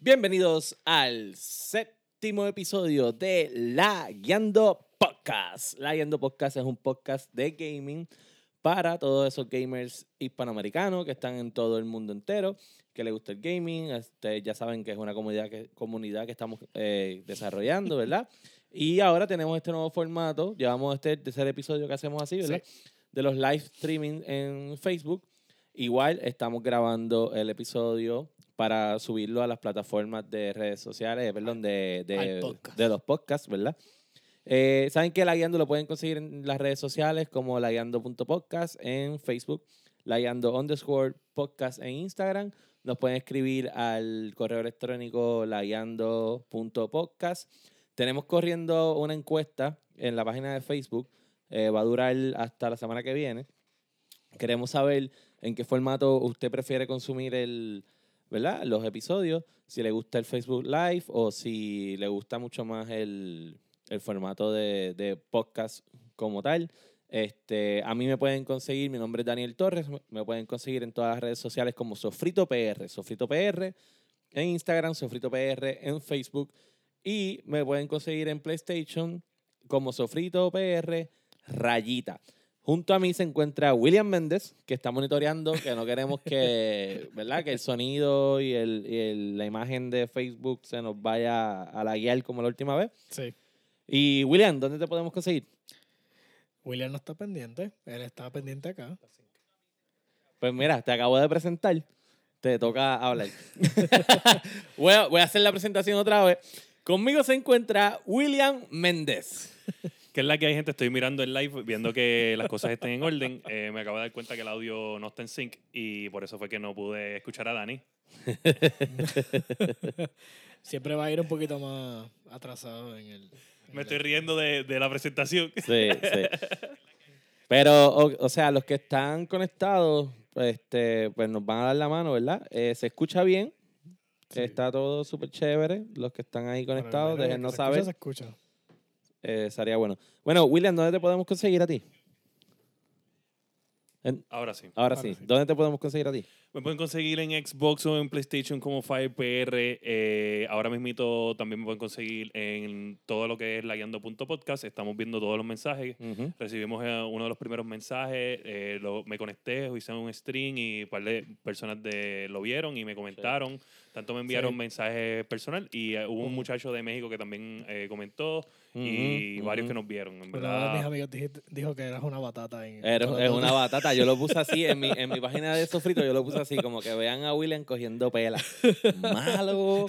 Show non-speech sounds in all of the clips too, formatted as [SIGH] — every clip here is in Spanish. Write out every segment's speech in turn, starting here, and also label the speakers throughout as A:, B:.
A: Bienvenidos al séptimo episodio de La Guiando Podcast. La Guiando Podcast es un podcast de gaming para todos esos gamers hispanoamericanos que están en todo el mundo entero, que les gusta el gaming. Ustedes ya saben que es una comunidad que, comunidad que estamos eh, desarrollando, ¿verdad? Y ahora tenemos este nuevo formato. Llevamos este tercer episodio que hacemos así, ¿verdad? De los live streaming en Facebook. Igual estamos grabando el episodio para subirlo a las plataformas de redes sociales, eh, perdón, de, de-
B: Al podcast.
A: de los podcasts, ¿verdad? Eh, Saben que La Guiando lo pueden conseguir en las redes sociales como laguiando.podcast en Facebook, laguiando underscore podcast en Instagram. Nos pueden escribir al correo electrónico laguiando.podcast. Tenemos corriendo una encuesta en la página de Facebook. eh, va a durar hasta la semana que viene. Queremos saber en qué formato usted prefiere consumir el, ¿verdad? los episodios. Si le gusta el Facebook Live o si le gusta mucho más el, el formato de, de podcast como tal. Este, a mí me pueden conseguir, mi nombre es Daniel Torres, me- me pueden conseguir en todas las redes sociales como Sofrito PR, Sofrito PR en Instagram, Sofrito PR en Facebook y me pueden conseguir en PlayStation como Sofrito PR Rayita. Junto a mí se encuentra William Méndez, que está monitoreando, que no queremos que, [LAUGHS] ¿verdad? que el sonido y, el- y el- la imagen de Facebook se nos vaya a la guiar como la última vez.
B: Sí.
A: Y William, ¿dónde te podemos conseguir?
B: William no está pendiente. Él está pendiente acá.
A: Pues mira, te acabo de presentar. Te toca hablar. [LAUGHS] voy, a, voy a hacer la presentación otra vez. Conmigo se encuentra William Méndez.
C: Que es la que hay gente, estoy mirando el live, viendo que las cosas estén en orden. Eh, me acabo de dar cuenta que el audio no está en sync y por eso fue que no pude escuchar a Dani.
B: Siempre va a ir un poquito más atrasado en el. en
C: Me
B: el-
C: estoy riendo de, de la presentación. [LAUGHS]
A: Sí, sí. Pero, o, o sea, los que están conectados, este, pues nos van a dar la mano, ¿verdad? Eh, se escucha bien.
B: Sí.
A: Está todo súper chévere. Los que están ahí
B: Pero al
A: conectados,
B: menos
A: déjennos
B: que se escucha,
A: saber.
B: Se escucha.
A: Eh, estaría bueno. Bueno, William, ¿dónde te podemos conseguir a ti? En-
C: Ahora sí.
A: ahora
B: Ahora
A: sí,
B: sí.
A: ¿dónde te podemos conseguir a ti?
C: Me pueden conseguir en Xbox o en PlayStation como 5PR. Eh, ahora mismito también me pueden conseguir en todo lo que es laguiando.podcast. Estamos viendo todos los mensajes.
A: Ujú.
C: Recibimos eh, uno de los primeros mensajes, eh, lo- me conecté, hice un stream y un par de personas de, lo vieron y me comentaron. Tanto me enviaron
B: Sí.
C: mensajes personal y eh, hubo un
B: Ujú.
C: muchacho de México que también eh, comentó y
A: Ujú,
C: varios
A: ujú.
C: que nos vieron. En
B: Pero Una de mis
C: verdad,
B: amigos dij- dijo que eras una batata. En,
A: Era-
B: batata.
A: Es una batata. Yo lo puse así en mi, en mi página de sofrito. Yo lo puse así, como que vean a William cogiendo
B: [LAUGHS]
A: pela. Malo.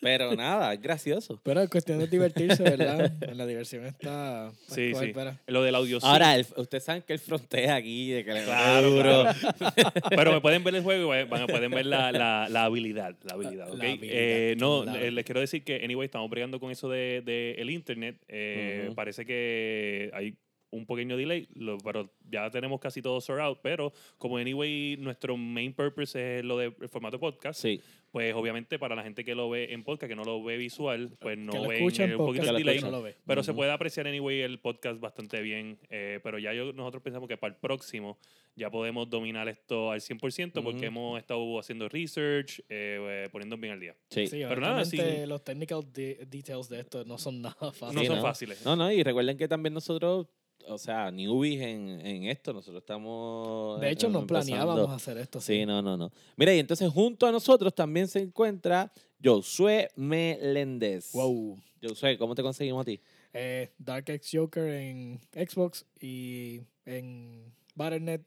A: Pero nada, es gracioso.
B: Pero es cuestión de divertirse, ¿verdad?
A: [LAUGHS]
B: la diversión está. está
C: Sí,
B: cool,
C: sí.
B: pero-
C: lo del audio sí.
A: Ahora, el- ustedes saben que el frontea aquí, de que le
C: Claro,
A: mete duro.
C: [LAUGHS] Pero me pueden ver el juego y van a pueden ver la, la- la habilidad. La habilidad,
B: La
C: ¿ok?
B: habilidad,
C: Eh, no,
B: la
C: eh, les quiero decir que, anyway, estamos bregando con eso del de, el internet. Eh,
A: Ujú.
C: Parece que hay un pequeño delay, lo- pero ya tenemos casi todo sort out. Pero como, anyway, nuestro main purpose es lo del formato podcast,
A: Sí,
C: pues obviamente para la gente que lo ve en podcast, que no lo ve visual, pues
B: que
C: no
B: lo
C: ven
B: escuchan
C: eh, un
B: porque
C: poquito
A: Que
C: el
A: lo
C: delay.
B: no lo ve.
C: Pero se
A: Ujú.
C: puede apreciar, anyway, el podcast bastante bien. eh, pero ya yo, nosotros pensamos que para el próximo ya podemos dominar esto al 100%
A: Ujú.
C: porque hemos estado haciendo research, eh, eh, poniendo bien al día.
A: sí.
B: Sí,
C: Pero nada,
B: honestamente,
C: sí.
B: los technical de- details de esto no son nada fáciles.
C: no
A: Sí,
C: son
A: ¿no?
C: fáciles.
A: No, no, y recuerden que también nosotros, o sea, newbies en, en esto, nosotros estamos...
B: De hecho,
A: em-
B: no
A: empezando.
B: planeábamos hacer esto.
A: Sí, no, no, no. Mira, y entonces junto a nosotros también se encuentra Josué Meléndez.
B: Wow.
A: Josué, ¿cómo te conseguimos a ti?
B: eh, Dark X Joker en Xbox y en Battle.net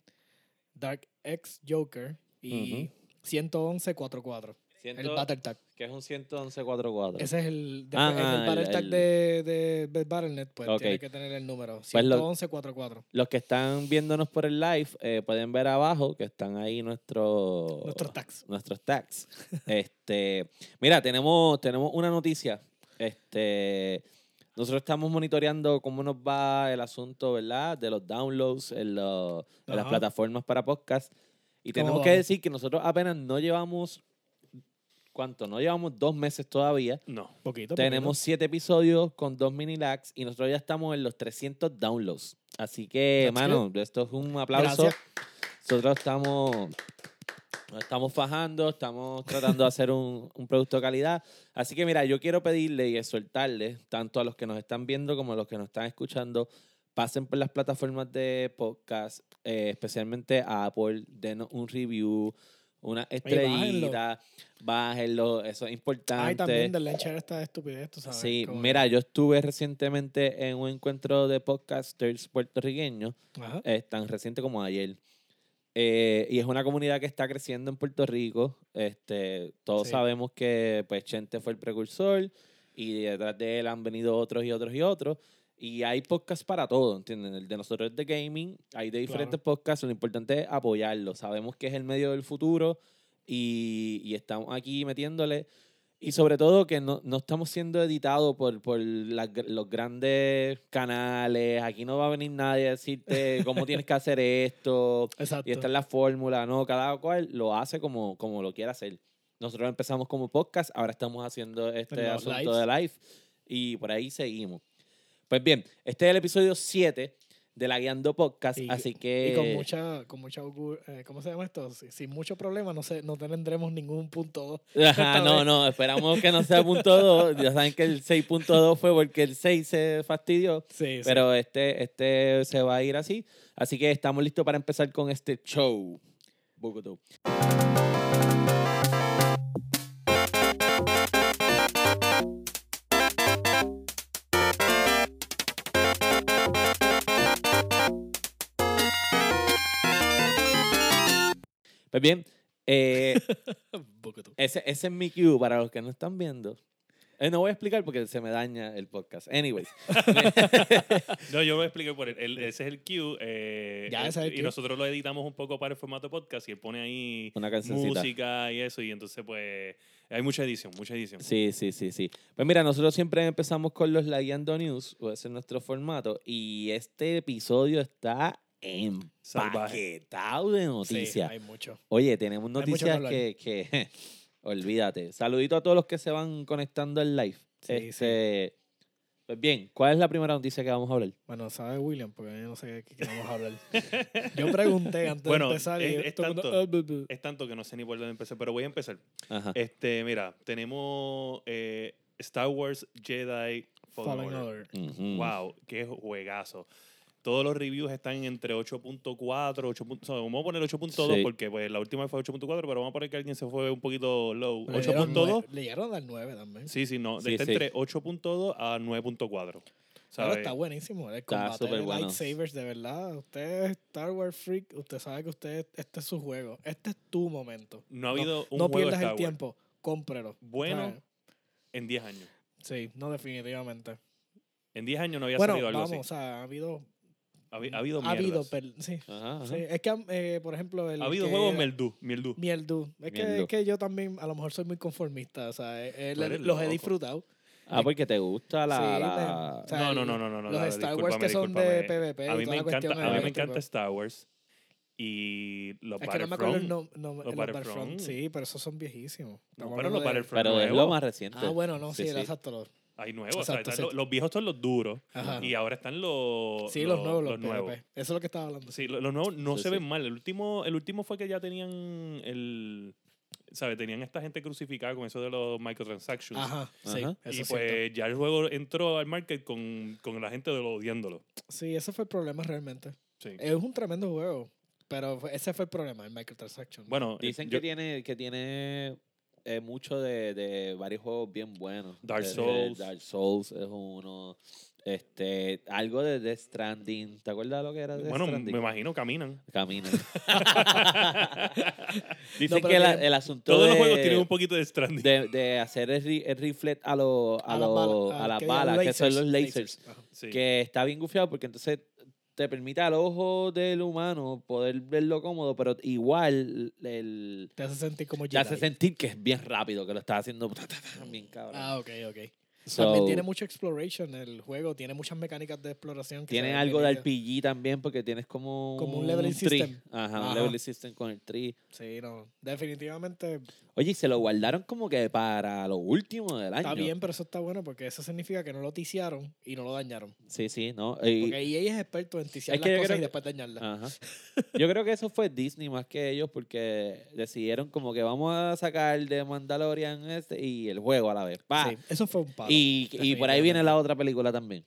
B: Dark X Joker y 11144 el BattleTag
A: que es un 11144.
B: ese es el
A: Ah,
B: después, en el
A: el-
B: BattleTag
A: el-
B: de, de, de Battle.net pues
A: Ok.
B: tiene que tener el número
A: Pues lo-
B: 11144
A: Los que están viéndonos por el live eh, pueden ver abajo que están ahí nuestros...
B: nuestros tags
A: nuestros tags. [LAUGHS] este, mira, tenemos, tenemos una noticia. Este, nosotros estamos monitoreando cómo nos va el asunto, ¿verdad? De los downloads en, los- en las
B: Ajá.
A: plataformas para podcast. Y
B: ¿Cómo
A: tenemos que
B: vamos?
A: decir que nosotros apenas no llevamos, ¿cuánto? No llevamos dos meses todavía.
C: No.
B: poquito
A: Tenemos siete episodios con dos mini lags y nosotros ya estamos en los 300 downloads. Así que,
B: That's
A: mano, esto es un aplauso.
B: Gracias.
A: Nosotros estamos Nos estamos fajando, estamos tratando de hacer un, un producto de calidad. Así que mira, yo quiero pedirle y exhortarles, tanto a los que nos están viendo como a los que nos están escuchando, pasen por las plataformas de podcast, eh, especialmente a Apple, denos un review, una estrellita, bájenlo, eso es importante.
B: Ay, también del lanchar esta estupidez, tú sabes.
A: Sí,
B: como-
A: mira, yo estuve recientemente en un encuentro de podcasters puertorriqueños
B: Ajá.
A: es tan reciente como ayer. Eh, y es una comunidad que está creciendo en Puerto Rico. Este, todos
B: Sí.
A: sabemos que pues, Chente fue el precursor y detrás de él han venido otros y otros y otros. Y hay podcasts para todo, ¿entienden? El de nosotros es de gaming, hay de diferentes podcasts, lo importante es apoyarlo. Sabemos que es el medio del futuro y, y estamos aquí metiéndole. Y sobre todo que no, no estamos siendo editados por, por las gr- los grandes canales. Aquí no va a venir nadie a decirte cómo tienes que hacer esto.
B: Exacto.
A: Y esta es la fórmula, ¿no? Cada cual lo hace como, como lo quiera hacer. Nosotros empezamos como podcast, ahora estamos haciendo este
B: Los
A: asunto de live y por ahí seguimos. Pues bien, este es el episodio 7 de la Guiando Podcast,
B: Y-
A: así que...
B: Y con mucha, con mucha, augur- eh, ¿cómo se llama esto? Si- Sin mucho problema, no sé, no tendremos ningún punto dos.
A: [LAUGHS] Ajá,
B: Esta
A: no,
B: vez.
A: no, esperamos que no sea punto 2. Ya saben que el 6.2 fue porque el 6 se fastidió.
B: Sí, sí.
A: Pero este, este se va a ir así. Así que estamos listos para empezar con este show. Bogotá. Pues bien, eh,
B: [LAUGHS] Bucutú.
A: ese, ese es mi cue para los que no están viendo. Eh, no voy a explicar porque se me daña el podcast. Anyways.
C: No, yo lo expliqué por él. Él- ese es el cue. eh,
B: Ya, ese es el
C: y
B: cue.
C: nosotros lo editamos un poco para el formato podcast y él pone ahí
A: Una cancioncita.
C: música y eso. Y entonces, pues, hay mucha edición, mucha edición.
A: Sí, sí, sí, sí. Pues mira, nosotros siempre empezamos con los Lagueando News, o ese es nuestro formato, y este episodio está
C: Salvaje.
A: empaquetado de
B: Sí,
A: noticias.
B: hay mucho.
A: Oye, tenemos
B: mucho que
A: noticias
B: hablar.
A: que, que- [LAUGHS] olvídate. Saludito a todos los que se van conectando al live.
B: Sí,
A: Este, Pues bien, ¿cuál es la primera noticia que vamos a hablar?
B: Bueno, sabe William, porque yo no sé de qué vamos a
C: [LAUGHS]
B: hablar. Yo pregunté antes
C: Bueno,
B: de empezar y
C: es- es
B: todo el mundo,
C: tanto.
B: "Ah, bu, bu".
C: Es tanto que no sé ni por dónde empezar, pero voy a empezar.
A: Ajá.
B: Eh,
C: Este, mira, tenemos eh, Star Wars Jedi Fallen,
B: Fallen
C: Order.
B: Order.
A: Ujú.
C: Wow, qué juegazo. Todos los reviews están entre 8.4, 8. punto- o sea, vamos a poner 8.2
A: Sí.
C: porque pues, la última fue 8.4, pero vamos a poner que alguien se fue un poquito low.
B: Le dieron
C: 8.2.
B: nue- Le llegaron al 9 también.
C: Sí, sí, no.
A: Sí,
C: está
A: sí.
C: entre 8.2 a 9.4.
B: Claro,
C: ¿sabes?
B: está buenísimo. El
A: Está
B: combate de
A: súper bueno.
B: lightsabers, de verdad. Usted es Star Wars freak. Usted sabe que usted, este es su juego. Este es tu momento.
C: No ha habido un
B: no
C: juego de
B: pierdas
C: Star
B: el
C: Wars
B: tiempo. Cómprelo.
C: Bueno.
B: ¿Sabe?
C: en 10 años.
B: Sí, no definitivamente.
C: En 10 años no había
B: Bueno,
C: salido algo
B: vamos, o
C: así.
B: sea, ha habido...
C: Ha, habi- ha habido
B: ha habido
C: mierdas.
B: per- sí,
A: Ajá, ajá.
B: sí. Es que, eh, por ejemplo... El
C: ha habido
B: que
C: juegos
B: era-
C: meldú, mieldú.
B: Mieldu. Es que,
A: Mieldu.
B: es que yo también a lo mejor soy muy conformista. O sea, eh, eh,
C: Tú
B: le-
C: eres
B: los he
C: loco.
B: disfrutado.
A: Ah, porque te gusta la...
B: Sí, me-
A: la-
B: o sea,
C: No, no, no, no, no, no.
B: los
C: dale,
B: Star Wars que son
C: discúlpame,
B: de
C: discúlpame.
B: PvP.
C: A
B: y
C: mí
B: toda
C: me
B: la
C: encanta,
B: cuestión
C: a mí
B: es
C: me
B: este,
C: encanta
B: pues.
C: Star Wars y los
B: Es que no me acuerdo el
C: Battlefront.
B: nom- nom- los
C: Battlefront.
B: Battlefront, sí, pero esos son viejísimos.
C: No,
B: Estamos
C: pero
B: hablando
C: los
B: de-
C: Battlefront
A: Pero es lo
C: nuevos.
A: más reciente.
B: Ah, bueno, no, sí,
A: Sí, sí.
B: exacto. los-
C: Hay nuevos. o sea,
B: Exacto,
C: están
B: exacto.
C: Los, los viejos son los duros
B: Ajá.
C: y ahora están los
B: Sí, los, nuevos, los, PvP. Eso es lo que estaba hablando.
C: Sí, lo- los, nuevos no
A: Sí,
C: se
A: sí.
C: ven mal. El último, el último fue que ya tenían el... ¿Sabes? Tenían esta gente crucificada con eso de los microtransactions.
B: Ajá, sí,
A: Ajá.
B: eso
C: y
B: es
C: pues
B: cierto.
C: ya el juego entró al market con, con la gente de lo odiándolo.
B: Sí, ese fue el problema realmente.
C: Sí.
B: Es un tremendo juego, pero fue- ese fue el problema, el microtransaction.
C: Bueno,
A: Dicen
C: eh, yo-
A: que tiene, que tiene eh, mucho de, de varios juegos bien buenos.
C: Dark
A: Desde
C: Souls.
A: Dark Souls es uno. Este, algo de Death Stranding. ¿Te acuerdas lo que era Death
C: bueno, me
A: Stranding?
C: imagino caminan. [LAUGHS]
A: Camina.
B: No,
A: Dicen
B: pero
A: que la-
B: tiene-
A: el asunto
C: Todos
A: de,
C: los juegos tienen un poquito de stranding.
A: de, de hacer el, ri- el riflet a, los a,
B: A las balas-
A: los- a
B: ah,
A: las
B: que
A: balas, que son los lasers.
B: Ajá.
C: Sí.
A: que está bien gufiado porque entonces te permite al ojo del humano poder verlo cómodo, pero igual el,
B: Te hace sentir como
A: te
B: Jedi.
A: hace sentir que es [LAUGHS] bien rápido, que lo estás haciendo bien cabrón.
B: Ah, ok, ok.
A: So,
B: También tiene mucha exploration el juego, tiene muchas mecánicas de exploración. que se
A: tiene
B: ven
A: algo de
B: bien nítidas.
A: RPG también porque tienes como,
B: Como un leveling
A: tree.
B: system.
A: Ajá, un
B: Ajá.
A: leveling system con el tree.
B: Sí, no. Definitivamente
A: Oye, y se lo guardaron como que para lo último del año.
B: está bien, pero eso está bueno porque eso significa que no lo ticiaron y no lo dañaron.
A: Sí, sí, ¿no? Y-
B: Porque EA es experto en ticiar
A: Es
B: las
A: que yo creo
B: cosas y
A: que- Ah,
B: después dañarlas. [LAUGHS]
A: Ajá. Yo creo que eso fue Disney más que ellos porque decidieron como que vamos a sacar de Mandalorian este y el juego a la vez. ¡Pa!
B: Sí, eso fue un palo.
A: y, y por ahí viene la otra película también.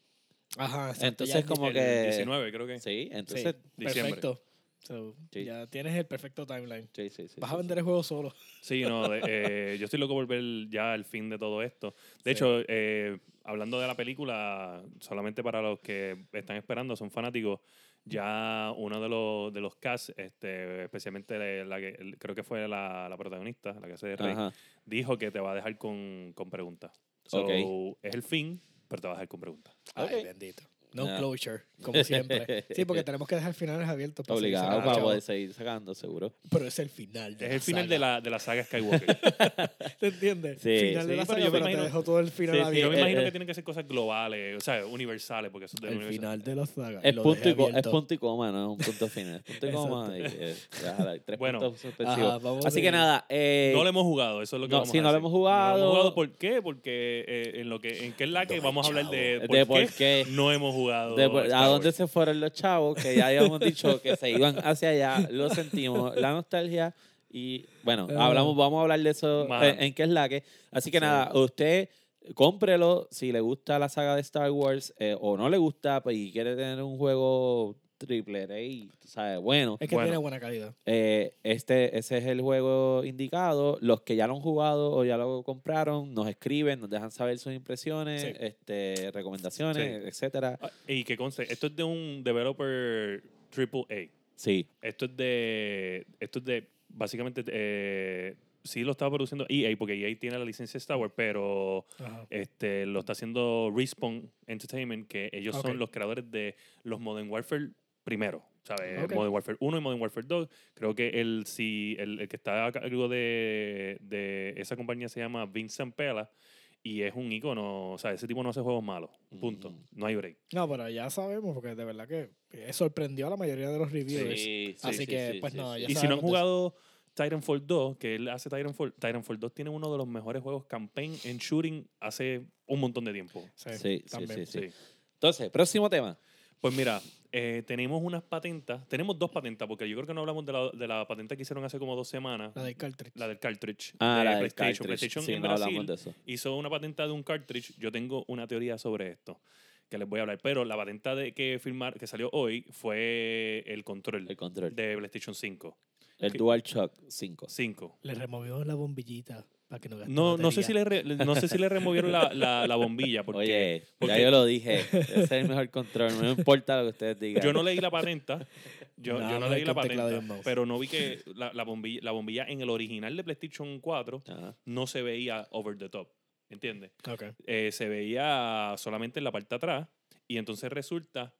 B: Ajá, exacto,
A: Entonces,
B: ya-
A: como
C: El
A: que-
C: 19, creo que.
A: Sí,
B: Sí,
A: entonces...
C: diciembre.
B: perfecto. So,
A: Sí.
B: Ya tienes el perfecto timeline.
A: Sí, sí, sí.
B: Vas
A: sí, sí.
B: a vender el juego solo.
C: Sí, no, de- eh, yo estoy loco por ver ya el fin de todo esto. De
B: Sí.
C: hecho, eh, hablando de la película, solamente para los que están esperando, son fanáticos, ya uno de los, de los cast, este, especialmente de la que el- creo que fue la, la protagonista, la que hace de Rey,
A: Ajá.
C: dijo que te va a dejar con, con preguntas. So,
A: Ok.
C: Es el fin, pero te va a dejar con preguntas.
A: Ok.
B: Ay, bendito. No
A: Ah.
B: closure, como
A: [LAUGHS]
B: siempre. Sí, porque tenemos que dejar finales abiertos. para seguir
A: Obligado
B: sacando
A: para
B: chavos.
A: poder seguir sacando, seguro.
B: Pero es el final. De
C: Es
B: la
C: el final
B: saga.
C: de la, de la saga Skywalker.
B: ¿Te entiendes?
A: Sí,
B: final de
A: sí,
B: la
C: pero
B: saga,
C: yo me
B: pero te
C: imagino-
B: dejo todo el
A: Sí,
B: final
A: sí,
C: Y yo
B: abierto.
C: me
A: Eh,
C: imagino
A: eh,
C: que
A: eh.
C: tienen que ser cosas globales, o sea, universales, porque eso es del
B: El
C: universo.
B: final de la saga.
A: Es
B: lo
A: punto,
B: dejé
A: y co- es
B: abierto.
A: punto y coma, no es un punto final. Es
B: [LAUGHS]
A: punto y coma y, eh, ya, hay tres
C: Bueno.
A: puntos
B: Ajá,
A: suspensivos.
B: vamos
A: Así que
B: bien.
A: nada, eh,
C: No lo hemos jugado, eso es lo que
A: No,
C: vamos
A: sí,
C: a
A: no lo
C: decir.
A: hemos
C: No lo hemos
A: jugado.
C: jugado. ¿Por qué? Porque eh, en, lo que, en qué es la que
B: No,
C: vamos a hablar
B: chavo.
C: de por,
A: De
C: qué,
A: por qué.
C: no hemos jugado.
A: de por-
C: Star
A: ¿a dónde
C: Wars.
A: se fueron los chavos? Que ya habíamos dicho que se iban hacia allá, lo sentimos, la nostalgia. Y bueno,
B: Ah.
A: hablamos, vamos a hablar de eso
C: Más
A: eh, en,
C: adelante.
A: qué es la que. Así que
C: Sí.
A: nada, usted cómprelo si le gusta la saga de Star Wars eh, o no le gusta pues, y quiere tener un juego triple A, y, tú ¿sabes? Bueno,
B: Es que
C: Bueno.
B: tiene buena calidad.
A: eh, este, ese es el juego indicado. Los que ya lo han jugado o ya lo compraron, nos escriben, nos dejan saber sus impresiones,
B: Sí.
A: este, recomendaciones,
C: Sí.
A: etcétera.
C: Ah, Y que conste, esto es de un developer AAA.
A: Sí.
C: Esto es de. Esto es de. Básicamente, eh, sí lo estaba produciendo EA, porque EA tiene la licencia de Star Wars, pero
B: Ajá.
C: este, lo está haciendo Respawn Entertainment, que ellos
B: Ok.
C: son los creadores de los Modern Warfare primero. ¿sabes?
B: Ok.
C: Modern Warfare 1 y Modern Warfare 2. Creo que el, si, el, el que está a cargo de, de esa compañía se llama Vincent Pella y es un ícono. O sea, ese tipo no hace juegos malos. Punto.
B: Mm.
A: Ujú.
C: No hay break.
B: No, pero ya sabemos, porque de verdad que eh, sorprendió a la mayoría de los reviewers. así que, pues, nada, ya
C: Y si no han
B: sabemos de eso.
C: jugado Titanfall 2, que él hace Titanfall, Titanfall 2 tiene uno de los mejores juegos campaign en shooting hace un montón de tiempo.
B: Sí,
A: Sí, sí,
B: también.
A: sí, sí.
C: Sí.
A: Entonces, próximo tema.
C: Pues mira, eh, tenemos unas patentas, tenemos dos patentas, porque yo creo que no hablamos de la, de la patenta que hicieron hace como dos semanas,
B: La del cartridge.
C: la del cartridge
A: Ah,
C: de
A: la del
C: PlayStation.
A: cartridge.
C: PlayStation
A: Sí,
C: en
A: no hablamos
C: Brasil
A: de eso.
C: hizo una patenta de un cartridge. Yo tengo una teoría sobre esto que les voy a hablar, pero la patenta de que firmar que salió hoy fue el control
A: El control.
C: de PlayStation 5.
A: El
C: que-
A: DualShock 5.
C: 5.
B: Le removió la bombillita para que no
A: Pues,
B: gaste
C: No, no sé
B: batería.
C: si le re- no sé si le removieron la, la- la bombilla
A: [LAUGHS]
C: porque
A: Oye, ya
C: porque-
A: yo lo dije. Ese es el mejor control. No me importa lo que ustedes digan.
C: Yo no leí la patenta. Yo,
B: Nada
C: yo no
B: más
C: leí la
B: con teclado y un
C: patenta.
B: mouse.
C: Pero no vi que la, la bombilla, la bombilla en el original de PlayStation 4
A: Ajá.
C: no se veía over the top. ¿Entiendes?
B: Ok.
C: Eh, se veía solamente en la parte de atrás. Y entonces resulta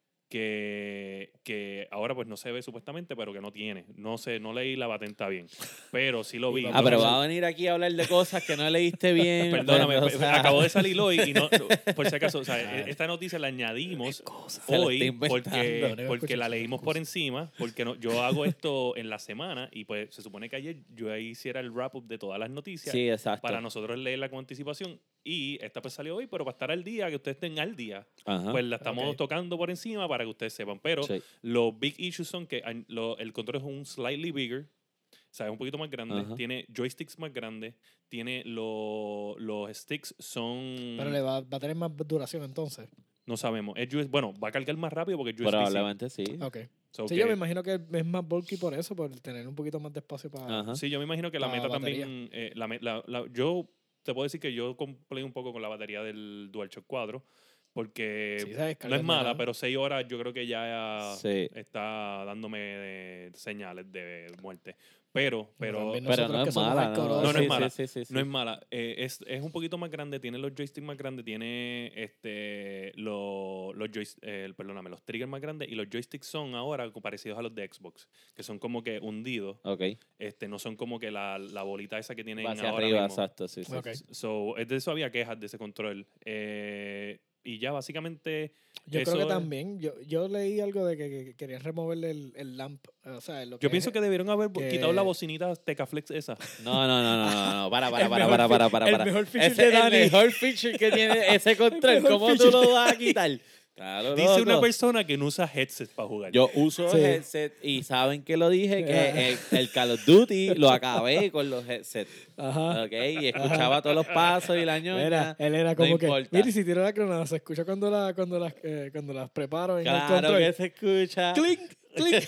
C: que, que ahora pues no se ve supuestamente, pero que no tiene. No sé, no leí la patenta bien. Pero sí lo vi.
A: Ah,
B: Ah,
A: pero
B: no,
A: va a venir aquí a hablar de cosas que no leíste bien.
C: [LAUGHS]
A: [LAUGHS]
C: Perdóname,
A: o
C: pe-
A: sea,
C: acabó de salir hoy y no, por si acaso, o sea, e- esta noticia la añadimos
A: Se la
C: hoy
A: está
C: porque,
A: inventando,
B: no
C: porque
B: escucho
C: la
B: esa
C: leímos por encima, porque no, yo hago esto en la semana y pues se supone que ayer yo ahí hiciera el wrap-up de todas las noticias
A: Sí, exacto.
C: para nosotros leerla con anticipación y esta pues salió hoy, pero para estar al día, que ustedes estén al día,
A: Ajá.
C: pues la estamos
B: ok.
C: tocando por encima para que ustedes sepan, pero
A: Ah, Sí.
C: los big issues son que hay- lo- el control es un slightly bigger, o sea, es un poquito más grande,
A: Ajá.
C: tiene joysticks más grandes, tiene lo- los sticks son...
B: Pero le va, va a tener más duración entonces.
C: no sabemos. Es US bueno, va a cargar más rápido porque es USB-C.
A: Probablemente sí.
B: Ok.
C: So
B: Sí, yo me
C: que-
B: imagino que es más bulky por eso, por tener un poquito más de espacio para...
A: Ajá.
C: Sí, yo me imagino que la
B: La
C: meta
B: batería.
C: también. eh, la me- la- la- yo te puedo decir que yo cumplí un poco con la batería del DualShock 4 porque
B: Sí, ¿sabes?
C: no es
B: Cargando
C: mala,
B: nada.
C: pero 6
B: ah,
C: horas yo creo que ya
A: Sí.
C: está dándome eh, señales de muerte. pero, pero
B: también
A: Pero
B: nosotros
A: no
B: que
A: es
B: somos
A: mala. No,
B: hardcore,
C: No, no es
A: Sí,
C: mala.
A: sí, sí, sí,
C: no
A: sí.
C: es mala. Eh, es, es un poquito más grande, tiene los joysticks más grandes, tiene este lo- los joys- eh, perdóname, los triggers más grandes y los joysticks son ahora co- parecidos a los de Xbox, que son como que hundidos,
A: Ok.
C: este no son como que la, la bolita esa que tienen
A: Va hacia
C: ahora
A: arriba,
C: mismo.
A: exacto. Sí, sí,
B: Ok.
A: sí.
C: So, es de eso había quejas de ese control. Eh, y ya básicamente
B: Yo
C: Eso
B: creo que
C: es-
B: también, yo, yo leí algo de que, que querían removerle el, el lamp. O sea, lo
A: Eh,
C: yo
B: que
C: pienso
B: es-
C: que debieron haber
B: que-
C: quitado la bocinita Tecaflex esa.
A: No, no, no, no, no, no.
B: [LAUGHS]
A: Para, para,
B: El
A: para,
B: mejor
A: para, para,
B: fi-
A: para.
B: el
A: para.
B: mejor feature
A: Ese-
B: de
A: El
B: Dani.
A: mejor feature que tiene
B: [LAUGHS]
A: ese control.
B: mejor
A: ¿Cómo tú
B: feature
A: lo
B: de
A: vas a quitar? Claro,
C: Dice una
A: loco.
C: persona que no usa headset para jugar.
A: Yo uso
B: Sí. Ah.
A: headset y saben que lo dije, que
B: Yeah.
A: el, el Call of
B: [LAUGHS]
A: Duty lo acabé con los headsets.
B: Ah. Ajá. eh,
A: ¿Ok? Y escuchaba todos los pasos y la ñoña.
B: Era, él era
A: Ah, no
B: como que.
A: importa.
B: Mira, y si tiro la granada, se escucha cuando, la, cuando, las, eh, cuando las preparo en el
A: Claro
B: control.
A: que se escucha.
B: ¡Clic!
A: [LAUGHS]
B: ¡Clic!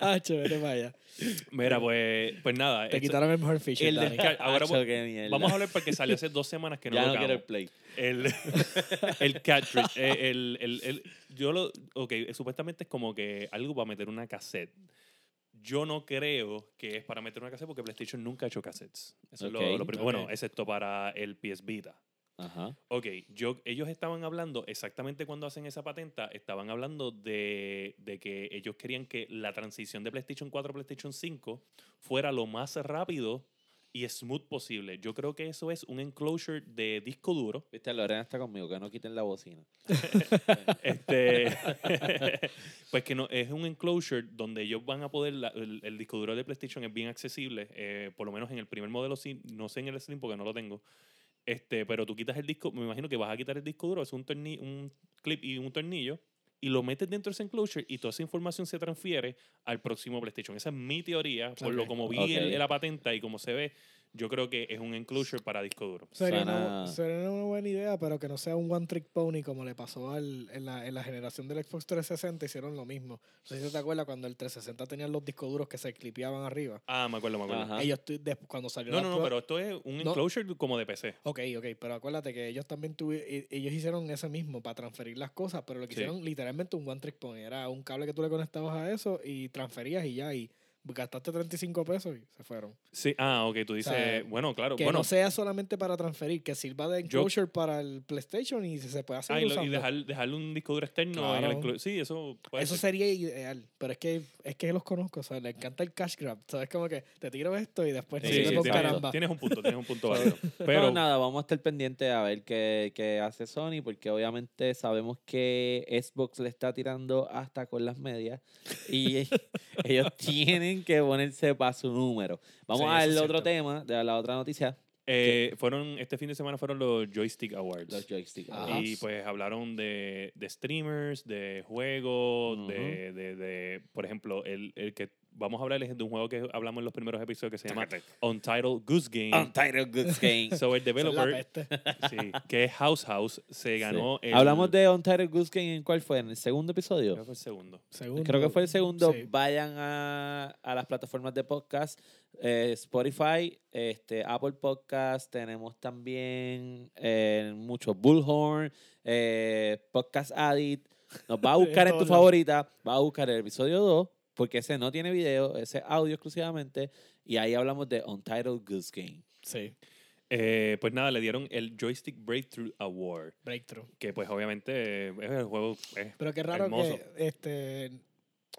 B: ah, chévere, vaya.
C: Mira, pues, pues nada.
B: Te
C: eso-
B: quitaron el mejor feature,
C: el
B: Dani.
C: descarga. Ahora
A: Acho, qué mierda.
C: Vamos a hablar porque salió hace dos semanas que
A: [LAUGHS]
C: no
A: ya
C: lo
A: no quiero el
C: tocamos.
A: play.
C: El, [LAUGHS] el cartridge. eh, El, el- el- yo lo. Ok, supuestamente es como que algo para meter una cassette. Yo no creo que es para meter una cassette porque PlayStation nunca ha hecho cassettes. Eso es lo,
A: Ok.
C: lo primero.
B: Ok.
C: Bueno, excepto para el PS Vita.
A: Ajá.
C: Ok, yo, ellos estaban hablando, exactamente cuando hacen esa patenta, estaban hablando de, de que ellos querían que la transición de PlayStation 4 a PlayStation 5 fuera lo más rápido y smooth posible. Yo creo que eso es un enclosure de disco duro.
A: Viste, Lorena está conmigo, que no quiten la bocina.
C: Este, [LAUGHS] pues que no, es un enclosure donde ellos van a poder, la- el, el disco duro de PlayStation es bien accesible, eh, por lo menos en el primer modelo, sí, no sé en el Slim porque no lo tengo, este, pero tú quitas el disco, me imagino que vas a quitar el disco duro, es un, torni- un clip y un tornillo, y lo metes dentro de ese enclosure y toda esa información se transfiere al próximo PlayStation. Esa es mi teoría, por lo
B: Ok.
C: como vi
A: Ok.
C: el- la patenta y como se ve, yo creo que es un enclosure para disco duro.
B: Sería,
A: Suena-
B: una, bu- sería una buena idea, pero que no sea un one trick pony como le pasó al, en, la, en la generación del Xbox 360, hicieron lo mismo. No sé si te acuerdas cuando el 360 tenían los discos duros que se clipeaban arriba.
C: Ah, me acuerdo, me acuerdo.
A: Ajá. Ah.
B: Ellos tu- des- cuando salió
C: No,
B: la
C: no, no,
B: Pro-
C: pero esto es un
B: No.
C: enclosure como de PC.
B: Ok, ok, pero acuérdate que ellos también tuvieron, ellos hicieron ese mismo para transferir las cosas, pero lo que
C: Sí.
B: hicieron literalmente un one trick pony, era un cable que tú le conectabas a eso y transferías y ya, y gastaste 35 pesos y se fueron.
C: Sí, ah, ok, tú dices,
B: sea,
C: bueno, claro,
B: Que
C: bueno,
B: no sea solamente para transferir, que sirva de
C: Yo-
B: enclosure para el PlayStation y se pueda
C: ah,
B: seguir
C: y, lo- y
B: usando.
C: dejar, dejarle un disco duro externo en el
B: Claro.
C: enclo- Sí, eso puede
B: Eso
C: ser.
B: sería ideal, pero es que es que los conozco, o sea, le encanta el cash grab, ¿sabes? Como que te tiro esto y después
A: Sí,
B: te
A: sí,
B: sirve con
A: tienes-
B: pues, caramba.
C: tienes un punto, tienes un punto
B: [LAUGHS]
C: válido.
A: Pero
C: Pero,
A: nada, vamos a estar pendiente a ver qué, qué hace Sony, porque obviamente sabemos que Xbox le está tirando hasta con las medias
C: [LAUGHS]
A: y ellos tienen que ponerse para su número. Vamos
B: Sí, eso
A: al
B: es
A: otro
B: cierto.
A: tema, de la otra noticia,
C: eh, fueron, este fin de semana fueron los Joystick Awards.
A: los joysticks.
B: Ajá.
C: Y pues hablaron de, de streamers, de juegos, de, de, de- por ejemplo, el, el que vamos a hablar es de un juego que hablamos en los primeros episodios que se llama Untitled Goose Game.
A: Untitled Goods
B: [LAUGHS]
A: Game.
C: [LAUGHS] So
B: Esa Ah,
C: el
B: es la
C: developer,
B: peste.
A: [LAUGHS]
C: sí, que es House House, se ganó
A: Sí.
C: el-
A: Hablamos de Untitled Goose Game en cuál fue, en el segundo episodio.
C: creo que fue el segundo.
B: Segundo.
A: Creo que fue el segundo.
B: Sí.
A: Vayan a, a las plataformas de podcast, eh, Spotify, este, Apple Podcast, tenemos también eh, muchos Bullhorn, eh, Podcast Addict. Nos va a
B: Sí,
A: buscar en tu
B: todos lados.
A: favorita, va a buscar el episodio 2, porque ese no tiene video, ese es audio exclusivamente, y ahí hablamos de Untitled Goose Game.
B: Sí,
C: Eh, pues nada, le dieron el Joystick Breakthrough Award,
B: breakthrough.
C: que pues obviamente eh, es el juego, es,
B: Pero qué raro
C: Hermoso.
B: que este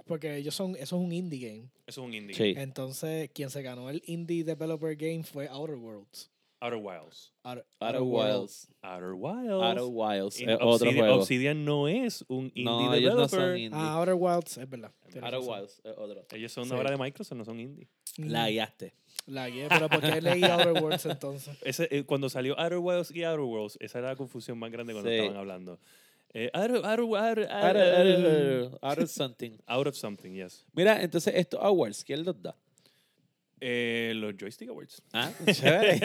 B: porque ellos son eso es un indie game.
C: es un indie.
A: Sí.
B: Entonces, quien se ganó el indie developer game fue Outer Worlds.
C: Outer Wilds.
B: Outer,
A: Outer Wilds.
C: Outer Wilds.
A: Outer Wilds.
C: In-
A: es otro
C: Obsidian,
A: juego.
C: Obsidian no es un indie
A: No, ellos no
C: developer.
A: son indie.
B: Ah, Outer Wilds, es verdad. tienes
A: Outer
B: razón.
A: Wilds es otro.
C: ellos son
B: Sí.
C: ahora de Microsoft, no son indie.
B: Mm.
A: La guiaste.
B: La guía, pero ¿por qué leí Outer Worlds entonces?
C: Ese, eh, cuando salió Outer Wilds y Outer Worlds, esa era la confusión más grande cuando
A: Sí.
C: estaban hablando. Eh, outer, outer, outer,
A: Out
C: outer-
A: of- out of something.
C: out of something, yes.
A: Mira, entonces estos awards, ¿quién los da?
C: Eh, los Joystick Awards.
A: [LAUGHS] Ah, chévere.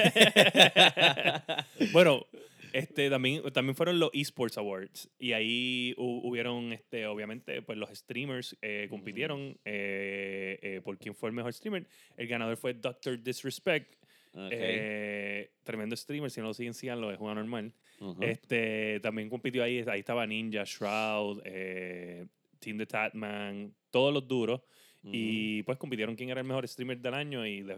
C: bueno, este, también, también fueron los Esports Awards. Y ahí hu- hubieron, este, obviamente, pues los streamers eh, compitieron eh, eh, por quién fue el mejor streamer. El ganador fue Dr. Disrespect.
A: Ok,
C: eh, tremendo streamer, si no lo siguen, síganlo, es una normal.
A: ujú.
C: Este, también compitió ahí, ahí estaba Ninja, Shroud, eh, Team the Tatman, todos los duros. Y pues compitieron quién era el mejor streamer del año y de-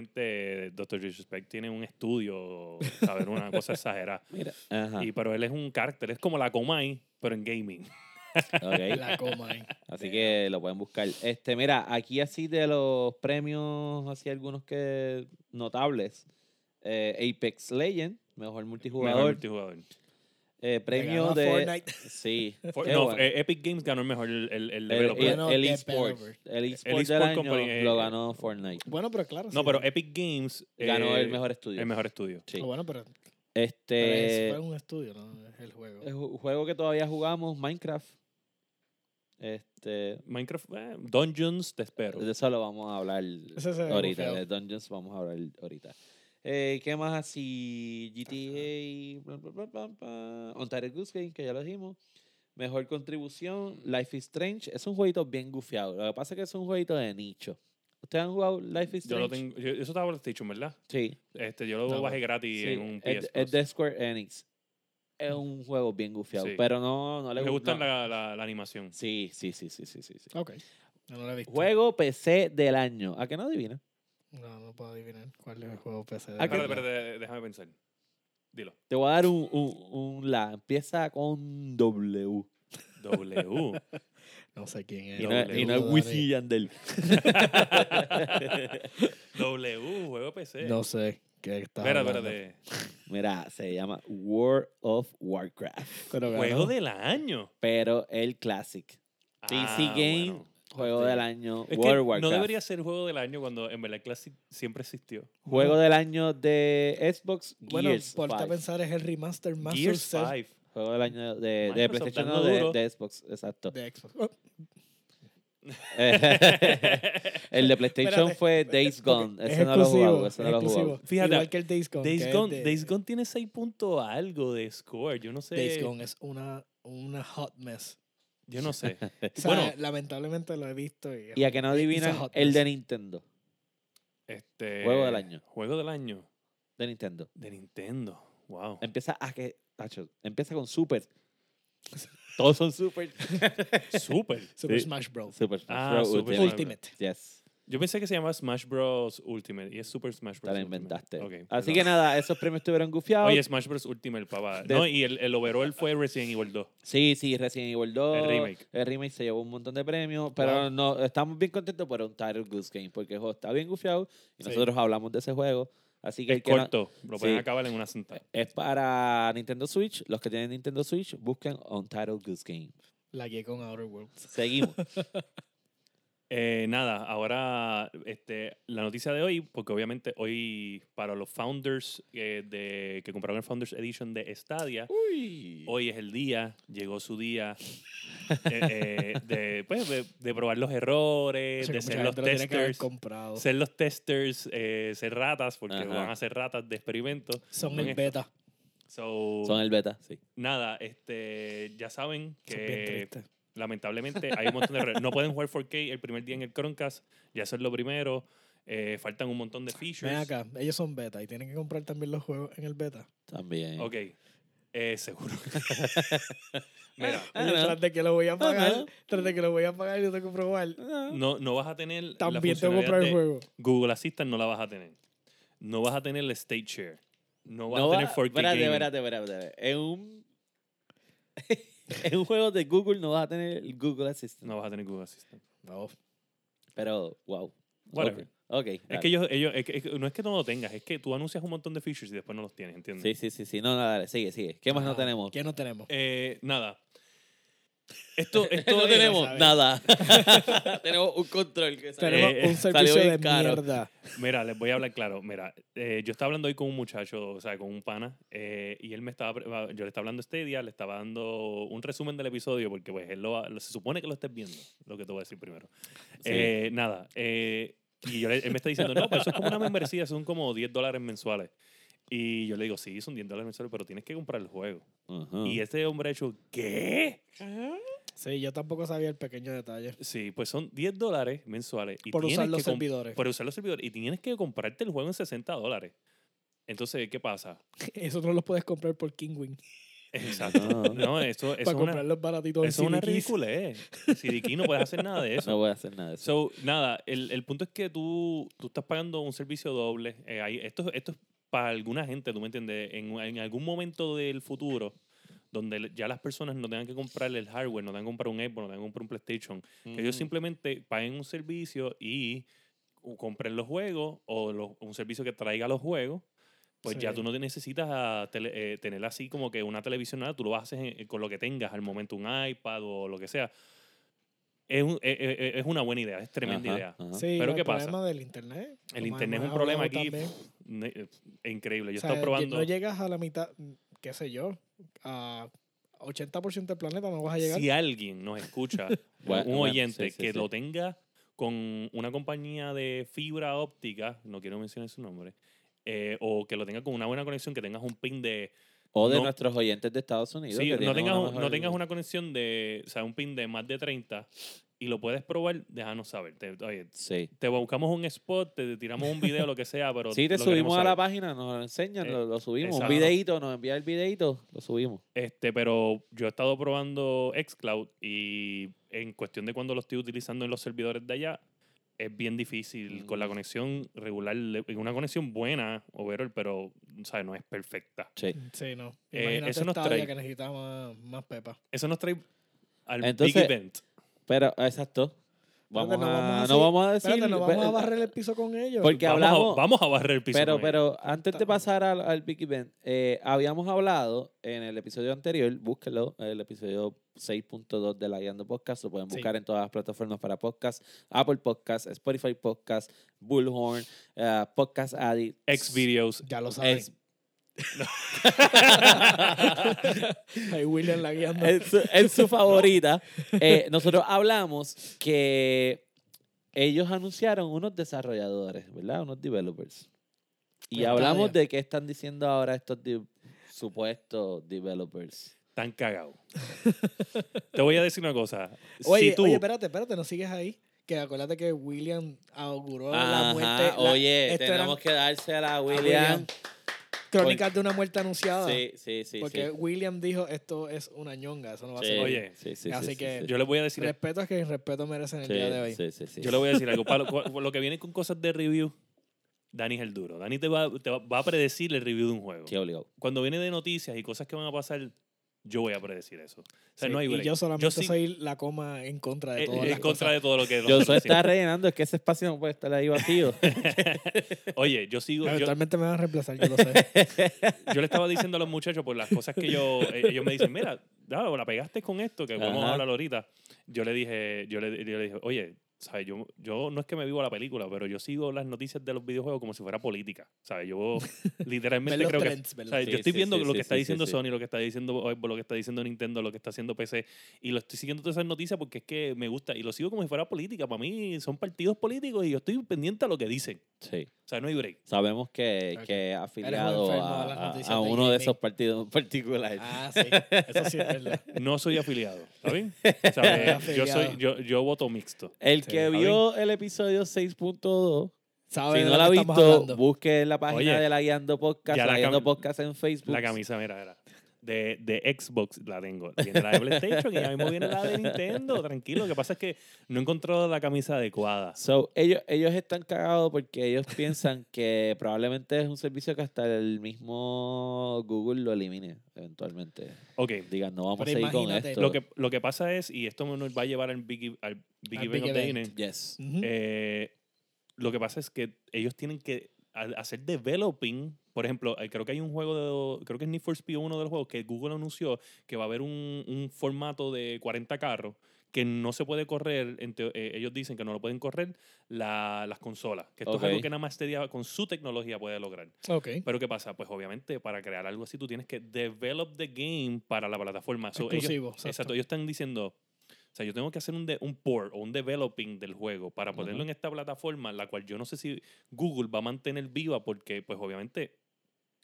C: definitivamente Dr. Disrespect tiene un estudio, ¿sabes? Una cosa exagerada.
A: Mira. Ajá.
C: Y, pero él es un carácter, es como la Comay, pero en gaming. [LAUGHS]
A: ok.
B: [LAUGHS] La
A: [LAUGHS]
B: coma ahí.
A: Así que lo pueden buscar. Este, mira, aquí así de los premios, así algunos que notables. Eh, Apex Legend, mejor multijugador.
C: Mejor multijugador.
A: Eh,
B: Le ganó
A: premio
B: a
A: de.
B: Fortnite.
A: Sí.
C: For-
A: qué
C: no,
A: bueno.
C: eh, Epic Games ganó el mejor el, el, el
A: El-
C: developer.
A: el-
B: Bueno,
A: el
B: developer.
A: eSport. El eSport
C: El
A: del
C: eSport
A: año
C: company, eh,
A: lo ganó Fortnite.
B: Bueno, pero claro.
C: no,
B: sí.
C: pero Epic Games eh,
A: Ganó el mejor estudio.
C: el mejor estudio.
A: Sí.
B: Ah, Bueno, pero, pero
A: Este.
B: es- fue un estudio, ¿no? Es el juego.
A: es un juego que todavía jugamos, Minecraft. Este.
C: Minecraft, eh, Dungeons, te espero.
A: De eso lo vamos a hablar
B: Ese se ve
A: ahorita.
B: bufeado.
A: De Dungeons vamos a hablar ahorita. Eh, ¿Qué más así? GTA, bla, bla, bla, bla, bla, Ontario Goose Game, que ya lo dijimos. Mejor contribución, Life is Strange. Es un jueguito bien gufiado. Lo que pasa es que es un jueguito de nicho. ¿Ustedes han jugado Life is Strange?
C: Yo lo tengo, yo- eso estaba en PlayStation, ¿verdad?
A: Sí.
C: Este, yo lo
B: No,
C: bajé gratis
A: sí.
C: en un PS
A: Es,
C: Plus.
A: es de Square Enix. Es un juego bien gufiado,
C: Sí.
A: pero no, no le
C: Me
A: gusta.
C: gusta la, la, la animación.
A: Sí, sí, sí, sí, sí, sí, sí.
B: Ok. No, no lo he visto.
A: Juego PC del año. ¿A qué no adivina?
B: No, no puedo adivinar cuál es el juego PC.
A: Ah, que-
C: Espérate, espérate, déjame pensar. Dilo.
A: Te voy a dar un, un, un la. Empieza con W.
C: W.
B: No sé quién es.
A: Y no, es- y no es
B: Dudaré.
A: Wisin y
B: [LAUGHS]
A: Yandel.
C: w, juego PC.
B: No sé qué está.
C: espera,
B: hablando.
C: espérate.
A: Mira, se llama World of Warcraft.
B: Pero ganó.
C: Juego del año.
A: Pero el Classic. PC
C: Ah,
A: Game,
C: bueno.
A: Juego
B: Sí.
A: del año.
C: Es que
A: World of Warcraft.
C: no debería ser juego del año cuando en verdad Classic siempre existió.
A: Juego del año de Xbox
B: Bueno,
A: Gears
B: por a
A: 5.
B: pensar es el remaster Master
C: Gears
B: Set [LAUGHS]
C: 5.
A: Juego del año de, de
C: Microsoft
A: PlayStation,
C: dando
A: no, de,
C: duro.
A: de Xbox, exacto.
B: de Xbox. Oh,
A: [LAUGHS] el de PlayStation
B: Espérate,
A: fue Days
B: porque
A: Gone.
B: es
A: Ese no lo he jugado,
B: exclusivo,
A: ese
B: es
A: no lo he jugado.
B: exclusivo.
C: Fíjate,
B: Igual que el Days Gone. que
C: [LAUGHS] Days
B: es
C: Gone,
B: de-
C: Days Gone tiene 6 puntos algo de score. Yo no sé.
B: Days Gone es una, una hot mess.
C: Yo
A: [LAUGHS]
C: no sé.
B: O sea,
C: Bueno.
B: lamentablemente lo he visto y,
A: Y a que no adivinan,
B: hot
A: el de
B: mess.
A: Nintendo.
C: Este,
A: Juego del año.
C: Juego del año.
A: De Nintendo.
C: De Nintendo. Wow.
A: Empieza a que. tacho, empieza con Super. Todos
C: [LAUGHS]
A: son Super.
C: Súper.
B: Super
A: Sí.
B: Smash Bros.
A: Super Smash
C: Ah,
A: Bros.
C: Super
A: Ultimate.
C: Smash
B: Ultimate.
A: Yes.
C: Yo pensé que se llamaba Smash Bros. Ultimate y es Super Smash
A: Te
C: Bros.
A: la
C: Ultimate.
A: inventaste.
C: Ok,
A: Así
C: perdón.
A: que nada, esos premios estuvieron gufiados.
C: Oye, Smash Bros. Ultimate, papá.
A: De-
C: No, y el, el overall fue Resident Evil 2.
A: Sí, sí, Resident Evil 2.
C: El remake.
A: El remake se llevó un montón de premios. Pero
C: Wow.
A: no, estamos bien contentos por un Title Goose Game. Porque el juego está bien gufiado. Y
B: Sí.
A: nosotros hablamos de ese juego. Así que, el
C: Es
A: que no-
C: corto. Lo pueden
A: sí.
C: acabar en una sentada.
A: es para Nintendo Switch. Los que tienen Nintendo Switch, busquen Untitled Goose Game.
B: La guié con Outer Worlds.
A: Seguimos.
C: [LAUGHS] Eh, nada, ahora este, la noticia de hoy, porque obviamente hoy para los founders eh, de, que compraron el Founders Edition de Stadia, hoy es el día, llegó su día eh, eh, de, pues, de, de probar los
A: Eh,
C: errores,
B: O sea,
C: de
B: que
C: ser
B: mucha
C: los
B: gente lo tiene que haber
C: testers.
B: comprado.
C: Ser los testers, eh, ser ratas, porque
A: Ajá.
C: van a ser ratas de experimentos.
B: Son
C: con
B: el
C: esto.
B: beta.
C: So,
A: Son el beta, sí.
C: Nada, este, ya saben
B: Eso es bien
C: que
B: triste.
C: lamentablemente hay un montón de errores. No pueden jugar 4K el primer día en el Chromecast, ya eso es lo primero. Eh, faltan un montón de
B: Ven
C: features.
B: acá, ellos son beta y tienen que comprar también los juegos en el beta.
A: También.
C: Ok,
A: [LAUGHS]
C: eh, seguro. Mira,
A: Ah,
B: Oye,
A: no.
B: tras de que lo voy a pagar,
A: no. Ah,
B: tras de que lo voy a pagar y lo tengo que probar.
C: no, no vas a tener la
B: También tengo que
C: funcionalidad
B: comprar el
C: de
B: juego.
C: Google Assistant, no la vas a tener. No vas a tener el State Share. No vas
A: No
C: a
A: va-
C: tener 4K
A: Espérate,
C: gaming.
A: espérate, espérate. espérate. En un, [LAUGHS] en un juego de Google no vas a tener el Google Assistant.
C: No vas a tener Google Assistant.
B: No.
A: Pero, wow.
C: Whatever.
A: Ok. okay
C: Es
A: dale.
C: que ellos, ellos es que- es que no es que no lo tengas, es que tú anuncias un montón de features y después no los tienes, ¿entiendes?
A: Sí, sí, sí, sí. No, nada, dale. Sigue, sigue. ¿Qué más no
B: Ah,
A: tenemos?
B: ¿Qué no tenemos?
C: Eh, nada. Esto, esto [LAUGHS]
A: no
C: es-
A: tenemos
B: sabe.
A: nada.
C: [LAUGHS]
A: tenemos un control que sale.
B: tenemos
C: eh,
A: [LAUGHS]
B: un
A: salió
B: servicio
A: bien
B: de
A: caro.
B: mierda.
C: Mira, les voy a hablar claro. Mira, eh, yo estaba hablando hoy con un muchacho, o sea, con un pana, eh, y él me estaba, pre- yo le estaba hablando este día, le estaba dando un resumen del episodio, porque pues él lo, va- lo- se supone que lo estés viendo, lo que te voy a decir primero. Eh, nada, eh, y yo le- él me está diciendo, no, pero eso es como una membresía, son como 10 dólares mensuales. Y yo le digo, sí, son 10 dólares mensuales, pero tienes que comprar el juego.
B: Ah.
A: Ujú.
C: Y este hombre ha hecho, ¿qué?
B: Sí, yo tampoco sabía el pequeño detalle.
C: Sí, pues son 10 dólares mensuales. Y
B: Por usar
C: tienes
B: los
C: que com-
B: servidores. [LAUGHS]
C: Por usar los servidores. Y tienes que comprarte el juego en 60 dólares. Entonces, ¿qué pasa? [LAUGHS]
B: Eso no los puedes comprar por Kingwin.
C: Exacto.
A: No. [LAUGHS]
C: No, eso, eso
B: para
C: es una,
B: comprar
C: eso
B: los baratitos en
C: es una
B: Siliquis.
C: ridiculez. Sidiki no puedes hacer nada de
A: [LAUGHS]
C: eso.
A: No voy a hacer nada de eso.
C: So, nada, el, el punto es que tú, tú estás pagando un servicio doble. eh, ahí- esto, esto es para alguna gente, tú me entiendes. En, en algún momento del futuro, donde le- ya las personas no tengan que comprar el hardware, no tengan que comprar un Xbox, no tengan que comprar un PlayStation, que ellos simplemente paguen un servicio y o compren los juegos o los- un servicio que traiga los juegos. Pues ya
B: Sí.
C: tú no te necesitas a tele- eh, tener así como que una televisión, nada, tú lo haces en- eh, con lo que tengas al momento, un iPad o lo que sea. Es, un- eh, eh, eh, es una buena idea, es tremenda
A: Ajá,
C: idea.
A: ajá.
B: Sí,
C: Pero
B: el
C: ¿qué pasa?
B: problema del internet.
C: El
B: Como
C: internet es un
B: hemos
C: problema
B: hablado
C: aquí
B: también.
C: ne- eh, increíble. Yo
B: O sea,
C: he estado probando.
B: No llegas a la mitad, mm, qué sé yo, a 80% del planeta no vas a llegar.
C: si alguien nos
B: [LAUGHS]
C: escucha,
A: Bueno,
C: un
A: bueno,
C: oyente
A: sí, sí,
C: que
A: sí.
C: lo tenga con una compañía de fibra óptica, no quiero mencionar su nombre, eh, o que lo tenga con una buena conexión, que tengas un pin de...
A: O de
C: no-
A: nuestros oyentes de Estados Unidos.
C: Sí,
A: que
C: no,
A: tienen
C: tengas,
A: una
C: un- no
A: mejor-
C: tengas una conexión de... O sea, un pin de más de 30 y lo puedes probar, déjanos saber. Te, oye,
A: Sí.
C: te buscamos un spot, te tiramos un video, lo que sea, pero...
A: [LAUGHS] Sí, te
C: lo
A: subimos
C: queremos
A: a la
C: saber.
A: página, nos lo enseñan,
C: Eh,
A: lo, lo subimos.
C: exacto.
A: Un videíto, nos envía el videíto, lo subimos.
C: Este, pero yo he estado probando xCloud y en cuestión de cuando lo estoy utilizando en los servidores de allá, es bien difícil con la
A: Mm.
C: conexión regular, le- una conexión buena, overall, pero ¿sabes? no es perfecta.
A: Sí.
B: Sí, no.
C: Eh,
B: Imagínate
C: eso nos
B: Stadia,
C: trae-
B: que necesita más, más pepa.
C: Eso nos trae al
A: Entonces,
C: big event.
A: Pero, exacto. Vamos
B: no vamos a
A: a,
B: hacer-
A: no vamos a decir.
B: Espérate, nos
A: pe-
B: vamos a barrer el piso con ellos.
A: Porque
C: vamos,
A: hablamos-
C: a, vamos a barrer el piso.
A: Pero,
C: con ellos.
A: pero antes de
B: Ta-
A: pasar al, al Big Event, eh, habíamos hablado en el episodio anterior, búsquelo, el episodio 6.2 de la Guiando Podcast, lo pueden
B: Sí.
A: buscar en todas las plataformas para podcast, Apple Podcast, Spotify Podcast, Bullhorn, eh, Podcast Addict.
C: Xvideos.
B: ya lo saben. [LAUGHS]
A: Ex- [LAUGHS]
B: [LAUGHS] Ahí William la guiando.
A: en, su, en
B: [LAUGHS]
A: su favorita. Eh, nosotros hablamos que ellos anunciaron unos desarrolladores, ¿verdad? Unos developers. Y
B: Pues,
A: hablamos
B: Stadia.
A: de qué están diciendo ahora estos de- supuestos developers. [LAUGHS]
C: Tan cagado. Te voy a decir una cosa.
B: Oye,
C: si tú,
B: oye, espérate, espérate, no sigues ahí. Que acuérdate que William auguró Oh, la muerte.
A: Ajá,
B: la-
A: oye,
B: esto era
A: tenemos que dársela a William.
B: William. Crónicas de una muerte anunciada.
A: Sí, sí, sí.
B: porque
A: sí.
B: William dijo, esto es una ñonga, eso no va
A: Sí,
B: a ser.
C: Oye,
A: sí, sí,
B: así
A: sí, sí,
B: que
A: sí.
C: yo le voy a decir
B: Respeto es que el respeto merece en el
A: Sí,
B: día de hoy.
A: sí, sí, sí.
C: Yo le voy a decir
A: [LAUGHS]
C: algo. Para lo, lo que viene con cosas de review, Dani es el duro. Dani te va, te va- va a predecir el review de un juego.
A: Sí, obligado.
C: Cuando viene de noticias y cosas que van a pasar, yo voy a predecir eso. O sea,
B: Sí,
C: no hay
B: y
C: break.
B: yo solamente
C: sí-
B: soy la coma en contra de
C: eh,
B: todas
C: en
B: las
C: contra
B: cosas.
C: de todo lo que este,
A: Yo
C: [LAUGHS] nosotros
A: solo estaba
C: decimos.
A: rellenando, es que ese espacio no puede estar ahí
B: [LAUGHS]
A: vacío.
C: Oye, yo sigo. Yo,
B: Eventualmente me van a reemplazar, yo lo
C: [LAUGHS]
B: sé.
C: yo le estaba diciendo a los muchachos por las cosas que
B: [LAUGHS]
C: yo. eh, ellos me dicen, mira, Davo, la pegaste con esto, que vamos a
A: Ajá.
C: hablar ahorita. Yo le dije, yo le, yo le dije, oye. ¿sabes? Yo, yo no es que me vivo la película, pero yo sigo las noticias de los videojuegos como si fuera política.
A: [LAUGHS]
C: ¿sabes? Yo
B: Ver
C: literalmente
B: los
C: creo que
B: trends,
C: O
B: ¿verdad?
C: sea,
A: Sí,
C: yo estoy
A: sí,
C: viendo
A: sí, sí,
C: lo que está
A: sí,
C: diciendo
A: sí, sí.
C: Sony, lo que está diciendo Xbox, lo que está diciendo Nintendo, lo que está haciendo PC, y lo estoy siguiendo todas esas noticias porque es que me gusta y lo sigo como si fuera política. Para mí son partidos políticos y yo estoy pendiente a lo que dicen.
A: Sí.
C: O sea, no hay break.
A: Sabemos que,
B: Ok.
A: que es afiliado
B: enfermo
A: a,
B: a las
A: a-
B: noticias
A: a
B: de
A: uno de
B: gaming.
A: esos partidos en particular.
B: ah, sí. Eso sí es verdad.
C: No soy afiliado, ¿está bien? O
A: [LAUGHS]
C: sea, eh,
B: Afiliado.
C: yo, soy, yo, yo voto mixto.
A: el
B: sí,
A: que
C: está
A: vio el episodio 6.2,
B: Sabe
A: si no
B: de lo
A: lo ha
B: que estamos
A: visto,
B: hablando.
A: busque la página
C: Oye,
A: de la Guiando Podcast,
C: ya
A: la,
C: la
A: Guiando
C: cami-
A: Podcast en Facebook.
C: La camisa, mira, era. De, de Xbox la tengo. Viene la de PlayStation y ya mismo viene la de Nintendo. Tranquilo, lo que pasa es que no he encontrado la camisa adecuada.
A: So, ellos, ellos están cagados porque ellos piensan que probablemente es un servicio que hasta el mismo Google lo elimine eventualmente.
C: Ok,
A: Digan, no vamos
B: Pero
A: a seguir con
B: imagínate.
A: esto.
C: lo que, lo que pasa es, y esto nos va a llevar al Big, al Big
B: Al
C: Event
B: Big
C: of the
B: Event.
C: Evening.
A: Yes.
B: Ujú.
C: Eh, lo que pasa es que ellos tienen que ha- hacer developing. Por ejemplo, eh, creo que hay un juego, de- creo que es Need for Speed uno de los juegos que Google anunció que va a haber un, un formato de 40 carros que no se puede correr, en teo- eh, ellos dicen que no lo pueden correr la- las consolas, que esto
A: Ok.
C: es algo que nada más Stadia con su tecnología puede lograr.
B: ok.
C: Pero ¿qué pasa? Pues obviamente para crear algo así tú tienes que develop the game para la plataforma. So, ellos-
B: Exclusivo.
C: Exacto. ellos están diciendo, o sea, yo tengo que hacer un, de- un port o un developing del juego para ponerlo
A: Ujú.
C: en esta plataforma, la cual yo no sé si Google va a mantener viva porque, pues obviamente,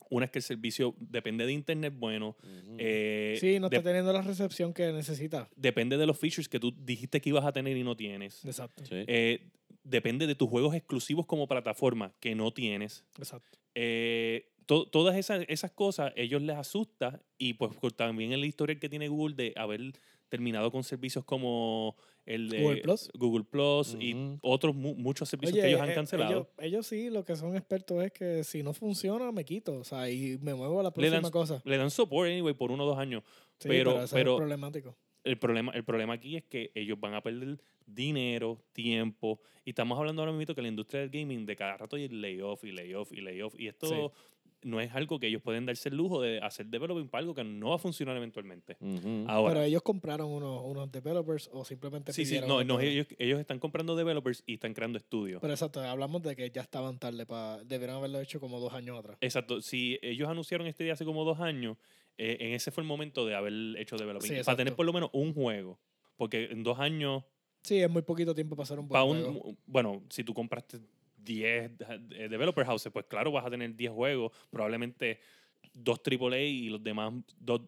C: una es que el servicio depende de Internet, bueno,
A: Ujú.
C: eh,
B: Sí, no
C: de-
B: está teniendo la recepción que necesita.
C: depende de los features que tú dijiste que ibas a tener y no tienes.
B: Exacto.
A: Sí.
C: Eh, depende de tus juegos exclusivos como plataforma que no tienes.
B: Exacto.
C: Eh, to- todas esas, esas cosas ellos les asusta y pues co- también el historial que tiene Google de haber terminado con servicios como el de
B: Google Plus.
C: Google Plus y
A: Ujú.
C: otros mu- muchos servicios que ellos han
B: eh,
C: cancelado.
B: Ellos, ellos sí, lo que son expertos es que si no funciona, me quito. O sea, y me muevo a la
C: Le dan-
B: próxima cosa.
C: Le dan support anyway por uno o dos años.
B: Sí,
C: pero-
B: pero, eso
C: pero-
B: es problemático.
C: El problema, el problema aquí es que ellos van a perder dinero, tiempo. Y estamos hablando ahora mismo que la industria del gaming de cada rato hay layoff y layoff y layoff. Y esto no es algo que ellos pueden darse el lujo de hacer developing para algo que no va a funcionar eventualmente.
A: Ujú.
C: Ahora,
B: pero ellos compraron unos, unos developers o simplemente
C: sí, sí,
B: pidieron
C: no,
B: unos
C: no,
B: developers.
C: ellos, ellos están comprando developers y están creando estudios.
B: Pero exacto, hablamos de que ya estaban tarde. Pa, debieron haberlo hecho como dos años atrás.
C: Exacto, si ellos anunciaron este día hace como dos años, eh, en ese fue el momento de haber hecho developing.
B: Sí,
C: para
B: exacto.
C: tener por lo menos un juego. Porque en dos años
B: Sí, es muy poquito tiempo pasar un buen
C: Pa' un-
B: juego.
C: bueno, si tú compraste 10 eh, developer houses, pues claro, vas a tener 10 juegos, probablemente dos AAA y los demás dos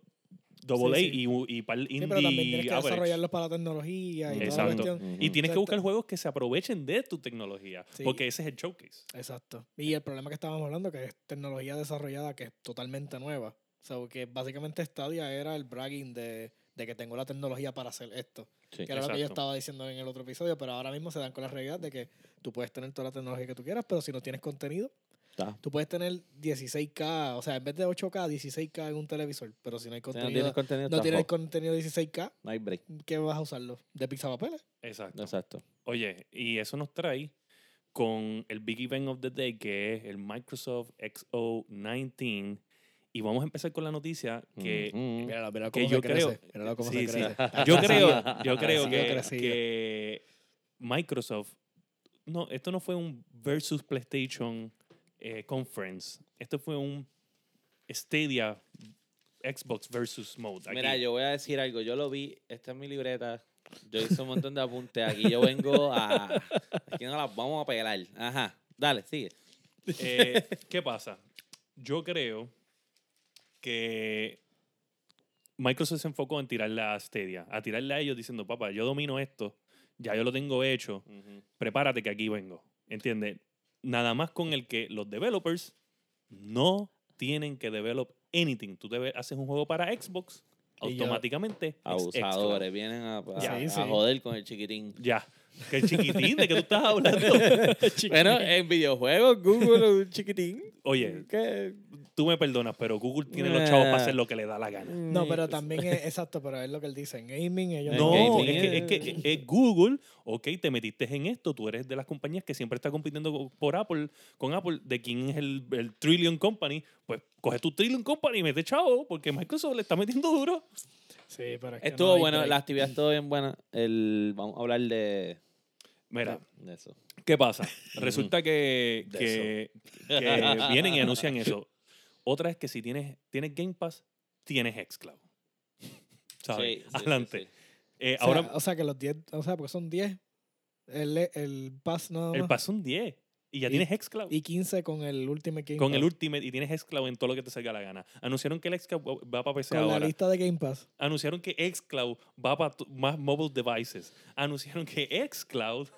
C: double
B: Sí,
C: A
B: sí.
C: y u- y, para el
B: Sí,
C: indie
B: pero también tienes que
C: average.
B: desarrollarlos para la tecnología y toda la
C: Exacto.
B: cuestión.
A: Ujú.
C: Y tienes que
B: Exacto.
C: buscar juegos que se aprovechen de tu tecnología,
B: Sí.
C: porque ese es el showcase.
B: Exacto. Y el problema que estábamos hablando, que es tecnología desarrollada que es totalmente nueva. O sea, que básicamente Stadia era el bragging de, de que tengo la tecnología para hacer esto.
A: Sí.
B: Que era lo que yo
C: Exacto.
B: estaba diciendo en el otro episodio, pero ahora mismo se dan con la realidad de que tú puedes tener toda la tecnología que tú quieras, pero si no tienes contenido,
A: Está.
B: tú puedes tener 16K, o sea, en vez de 8K, 16K en un televisor, pero si no hay
A: Si no
B: contenido,
A: tienes contenido,
B: no
A: está
B: tienes
A: fuck.
B: contenido 16K,
A: No hay break.
B: ¿qué vas a usarlo? ¿De pixapapeles?
C: Exacto.
A: Exacto.
C: Oye, y eso nos trae con el Big Event of the Day, que es el Microsoft XO19. Y vamos a empezar con la noticia que
A: Ujú.
B: Míralo, míralo
C: Que
B: cómo
C: yo
B: se crece.
C: creo-
B: Míralo cómo se
C: sí, sí.
B: crece.
C: [LAUGHS] Yo
B: Así
C: creo,
B: es.
C: yo creo
B: Así
C: que,
B: es, crecido.
C: que Microsoft, no, esto no fue un versus PlayStation eh, conference, esto fue un Stadia Xbox versus mode. Aquí.
A: Mira, yo voy a decir algo. Yo lo vi. Esta es mi libreta. Yo hice un montón de apuntes. Aquí yo vengo a... Aquí no las vamos a pelar. Ajá. Dale, sigue.
C: Eh, ¿Qué pasa? Yo creo que Microsoft se enfocó en tirarle a Stadia, a tirarle a ellos diciendo, papá, yo domino esto, ya yo lo tengo hecho, prepárate que aquí vengo. ¿Entiendes? Nada más con el que los developers no tienen que develop anything. Tú debe- haces un juego para Xbox,
B: Y ya.
C: automáticamente. es Xcloud.
A: Abusadores. Vienen a, a-
C: Ya.
B: Sí,
A: a
B: sí.
A: joder con el [LAUGHS] chiquitín.
C: Ya. Que chiquitín, ¿de qué tú estás hablando?
A: Bueno, en videojuegos, Google es un chiquitín.
C: Oye,
A: que-
C: tú me perdonas, pero Google tiene los chavos para hacer lo que le da la gana.
B: No, pero también es exacto, pero es lo que él dice. En gaming ellos
A: En
C: No,
A: gaming,
C: es que, es que
A: eh.
C: es Google, ok, te metiste en esto, tú eres de las compañías que siempre está compitiendo co- por Apple, con Apple, de quién es el, el Trillion Company, pues coge tu Trillion Company y mete chavo, porque Microsoft le está metiendo duro.
B: Sí, pero es que
A: Estuvo
B: no hay
A: bueno,
B: break.
A: la actividad estuvo bien buena. El, vamos a hablar de,
C: Mira,
A: de eso.
C: ¿qué pasa? Resulta que,
A: De
C: que, que
A: [LAUGHS]
C: vienen y anuncian eso. Otra es que si tienes, tienes Game Pass, tienes Xcloud. ¿Sabes?
A: Sí, sí, sí,
C: Adelante.
A: sí.
C: Eh,
B: O sea,
C: ahora,
B: o sea, que los 10, o sea, porque son 10. El, el pass nada más.
C: el paso un 10 y ya
B: Y-
C: tienes Xcloud.
B: Y 15 con el Ultimate Game
C: con
B: Pass.
C: el Ultimate y tienes Xcloud en todo lo que te salga la gana. Anunciaron que el Xcloud va para PC
B: Con la
C: ahora.
B: lista de Game Pass.
C: Anunciaron que Xcloud va para tu- más mobile devices. Anunciaron que Xcloud.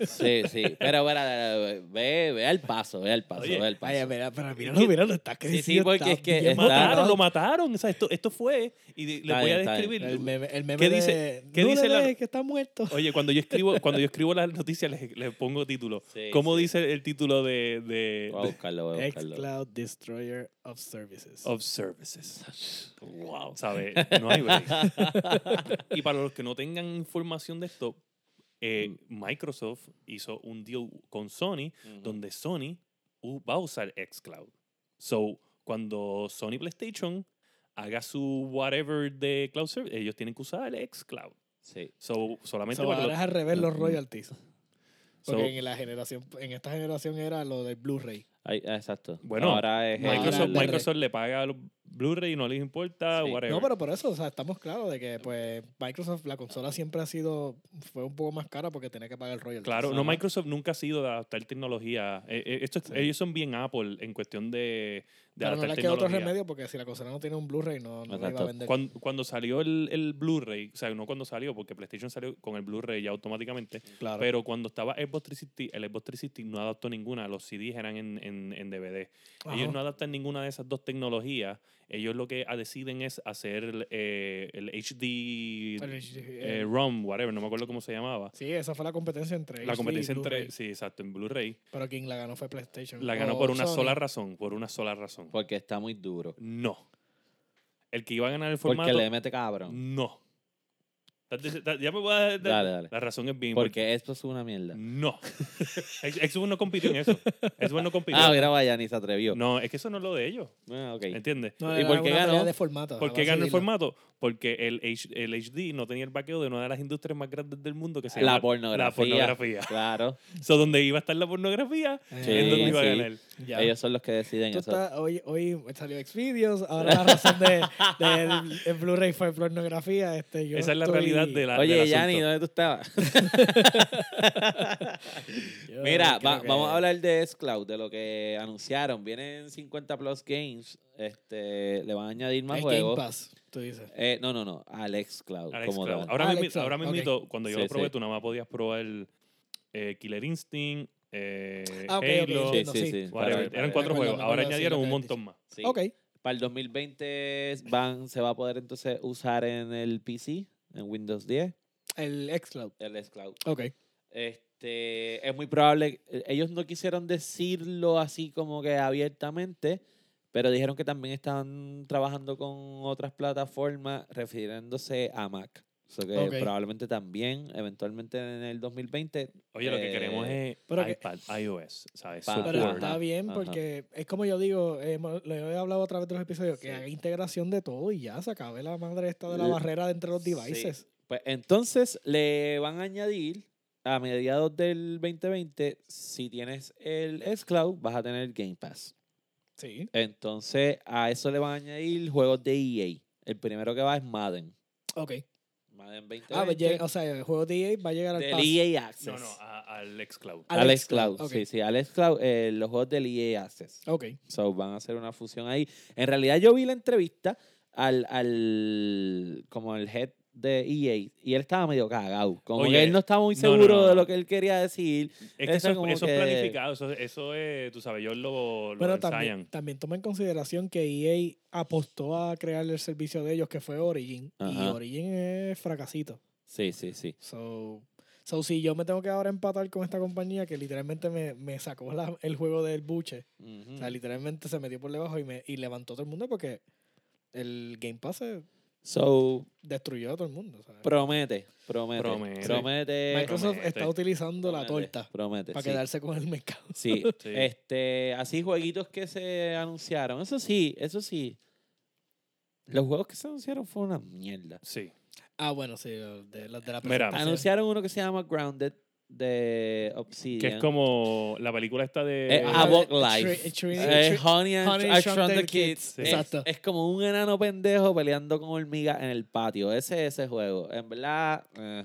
A: Sí, sí. Pero bueno, ve, ve al paso, ve al paso,
C: Oye,
A: ve al paso.
B: mira, pero
C: que-
B: míralo, está
A: sí, porque es que
B: bien
A: está-
C: Mataron,
B: montado.
C: lo mataron. O sea, esto, esto fue. Y de- les
A: Está
C: voy a
A: bien, está bien.
C: describir.
B: El meme, el meme
C: ¿Qué
B: de-
C: dice- qué
B: no
C: dice
B: le
C: la-
B: dejes que está muerto.
C: Oye, cuando yo escribo, cuando yo escribo las noticias, les, les pongo título.
A: Sí,
C: ¿Cómo
A: sí.
C: dice el título de, de-
A: Voy a
C: de-
A: buscarlo, voy a buscarlo.
B: Xcloud Destroyer of Services.
C: of services? Wow. ¿Sabes? No hay break.
A: [LAUGHS]
C: y para los que no tengan información de esto, eh,
A: Mm.
C: Microsoft hizo un deal con Sony
A: Ujú.
C: donde Sony u- va a usar xCloud. So, cuando Sony PlayStation haga su whatever de cloud service, ellos tienen que usar el xCloud.
A: Sí.
C: So, solamente
B: So,
C: para que
B: ahora es
C: lo-
B: al revés los
A: Ujú.
B: royalties.
C: so,
B: Porque en la generación, en esta generación era lo del Blu-ray.
A: Ahí, ah, exacto.
C: Bueno,
A: ahora es el-
C: Microsoft,
B: ahora-
C: Microsoft le paga a los Blu-ray no les importa,
A: Sí.
C: whatever.
B: No, pero por eso, o sea, estamos claros de que pues Microsoft, la consola siempre ha sido, fue un poco más cara porque tenía que pagar el royalties.
C: Claro, no,
A: Ajá.
C: Microsoft nunca ha sido de adaptar tecnología. Eh, eh, esto es-
A: Sí.
C: Ellos son bien Apple en cuestión de, de
B: Pero no
C: adaptar
B: le queda
C: tecnología.
B: otro remedio porque si la consola no tiene un Blu-ray no, no la iba
A: Exacto.
B: a vender.
C: Cuan- Cuando, salió el, el Blu-ray, o sea, no cuando salió, porque PlayStation salió con el Blu-ray ya automáticamente,
B: Claro.
C: pero cuando estaba Xbox 360, el Xbox 360 no adaptó ninguna, los CDs eran en, en, en DVD.
B: Ajá.
C: Ellos no adaptan ninguna de esas dos tecnologías, ellos lo que ah, deciden es hacer eh, el HD,
B: El HD,
C: eh,
B: eh,
C: ROM, whatever, no me acuerdo cómo se llamaba.
B: Sí, esa fue la competencia entre
C: La
B: HD y
C: competencia entre,
B: Blu-ray,
C: sí, exacto, en Blu-ray.
B: Pero quien la ganó fue PlayStation.
C: La ganó
B: o
C: por una
B: Sony.
C: sola razón, por una sola razón.
A: Porque está muy duro.
C: No. El que iba a ganar el
A: Porque
C: formato,
A: le mete cabrón.
C: no. Estás dic- estás- Ya me voy a...
A: Dale, dale.
C: La razón es bien
A: Porque esto es una mierda.
C: No. [LAUGHS] Ex- Xbox no compitió en eso. Xbox no compitió.
A: Ah, mira, vaya, ni se atrevió.
C: no, no, es que eso no es lo de ellos.
A: Ah, ok.
C: ¿Entiendes?
B: No,
A: ¿Y
B: era
A: por qué
B: una pelea
A: ganó?
B: de formato, a
C: ¿Por qué
B: base
C: ganó el
B: de hilo.
C: formato? Porque el, H- el HD no tenía el vaqueo de una de las industrias más grandes del mundo que se llama
A: La pornografía.
C: La pornografía. [LAUGHS]
A: Claro.
C: So, donde iba a estar la pornografía
B: Eh,
A: Sí,
C: es donde iba a
A: sí.
C: ganar.
B: ya.
A: Ellos son los que deciden
B: Tú
A: eso.
B: estás- hoy, hoy salió Xvideos, ahora la razón de, del- el Blu-ray fue pornografía. Este, yo
C: Esa es la
B: estoy-
C: realidad de la
A: Oye,
C: del
A: Yanni,
C: asunto.
A: ¿dónde tú estabas?
B: yo
A: Mira,
B: creo
A: va-
B: que-
A: vamos a hablar de S-Cloud, de lo que anunciaron. Vienen 50 Plus Games. Este, le van a añadir más
B: Es Game
A: juegos.
B: Pass, tú dices.
A: Eh, no, no, no. Al Xcloud.
C: Alex
A: como
C: Cloud.
A: tal.
C: Ahora,
B: Ah, Alex
C: mismo,
B: Cloud,
C: ahora
B: ok.
C: mismito, cuando yo
A: Sí,
C: lo probé,
A: sí.
C: tú nada más podías probar el eh, Killer Instinct, eh,
B: Ah, ok, ok,
C: Halo,
A: Sí,
B: entiendo.
A: sí, sí.
C: whatever.
A: Para-
C: Eran
A: para-
C: cuatro
B: Me acuerdo,
C: juegos.
B: me
C: Ahora
B: acuerdo, sí,
C: añadieron
B: lo
C: un
B: que habías
C: montón más.
A: Sí.
B: Ok,
A: Para el 2020 van, se va a poder entonces usar en el PC, en Windows 10,
B: el xCloud.
A: el Xcloud.
B: Ok.
A: Este, es muy probable, eh, ellos no quisieron decirlo así como que abiertamente, pero dijeron que también están trabajando con otras plataformas refiriéndose a Mac. O sea que
B: Ok.
A: probablemente también, eventualmente en el 2020.
C: Oye, lo que
A: eh,
C: queremos es
B: pero que- ah,
C: iPad, iOS, ¿sabes?
A: Pa-
B: Pero
A: Word.
C: Support.
B: está bien
A: Ah, Ajá.
B: porque es como yo digo, eh, mo- lo he hablado a través de los episodios, que
A: Sí.
B: haga integración de todo y ya se acabe la madre esta de la
A: L-
B: barrera de entre los
A: Sí.
B: devices.
A: Pues entonces le van a añadir a mediados del 2020, si tienes el xCloud, vas a tener Game Pass.
B: Sí.
A: Entonces a eso le van a añadir juegos de EA. El primero que va es Madden.
B: Ok.
A: Madden 2020.
B: Ah, pues llega- o sea, el juego de EA va a llegar al
A: del
B: pass.
A: EA Access.
C: No, no, a- al Xcloud.
B: Ah, al
A: Al
B: xCloud,
A: xCloud.
B: ok.
A: Sí, sí, al xCloud, eh, los juegos del EA Access.
B: Ok.
A: So, van a hacer una fusión ahí. En realidad yo vi la entrevista al, al como el head de EA y él estaba medio cagado. Como
C: Oye,
A: que él no estaba muy
C: no, no,
A: seguro
C: no,
A: de
C: no.
A: lo que él quería decir.
C: Es que
A: Eso
C: eso,
A: como
C: es- eso es
A: que-
C: planificado, eso, eso es, tú sabes, yo lo, lo
B: Pero
C: ensayan.
B: también, también toma en consideración que EA apostó a crear el servicio de ellos que fue Origin. Y
A: Ajá.
B: Origin es fracasito.
A: Sí, sí, sí.
B: So, so, si yo me tengo que ahora empatar con esta compañía que literalmente me, me sacó la- el juego del buche, o
A: Mm.
B: sea, literalmente se metió por debajo y, me, y levantó todo el mundo porque el Game Pass se
A: So,
B: destruyó a todo el mundo. ¿sabes?
A: promete, promete.
C: Promete.
A: Promete.
B: Microsoft
C: promete.
B: está utilizando la
A: promete,
B: torta
A: Promete.
B: para
A: eh, sí.
B: quedarse con el mercado. [LAUGHS]
A: [LAUGHS] Sí,
C: Sí.
A: este, así jueguitos que se anunciaron. Eso sí, eso sí. Los juegos que se anunciaron fue una mierda.
C: Sí.
B: Ah, bueno, sí, lo de, la- de la
C: Mira.
B: presentación.
A: Anunciaron uno que se llama Grounded de Obsidian.
C: Que es como la película esta de...
A: Eh,
B: Ah,
A: A Walk
B: de-
A: Life.
B: Tri- Trinity-
A: Eh,
B: Tri-
A: Honey and,
B: Honey
A: I
B: and Shrunk
A: Shrunk
B: the
A: the
B: Kids.
A: Kids. Es-
B: Exacto.
A: Es, como un enano pendejo peleando con hormigas en el patio. Ese es ese juego. En verdad, eh,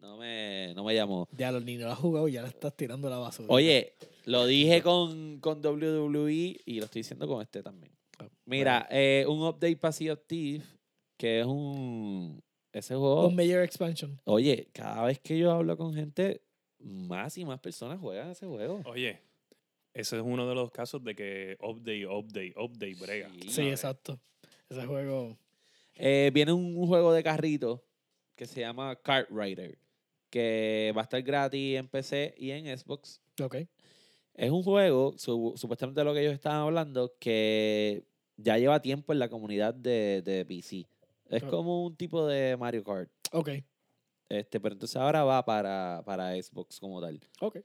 A: no, me, no me llamó.
B: Ya los niños la has jugado y ya la estás tirando a la basura.
A: Oye, lo dije con, con WWE y lo estoy diciendo con este también.
B: Ah,
A: Mira, eh, un update para Sea of Thieves, que es un... Ese juego...
B: Un Major Expansion.
A: Oye, cada vez que yo hablo con gente, más y más personas juegan ese juego.
C: Oye, ese es uno de los casos de que update, update, update, brega.
A: Sí.
B: Sí,
C: ¿sabes?
B: exacto. Ese juego.
A: Eh, viene un un juego de carrito que se llama Kart Rider, que va a estar gratis en PC y en Xbox.
B: Ok.
A: Es un juego, su- supuestamente lo que ellos estaban hablando, que ya lleva tiempo en la comunidad de, de PC. Es
B: Ah.
A: como un tipo de Mario Kart.
B: Ok.
A: Este, pero entonces ahora va para, para Xbox como tal.
B: Ok.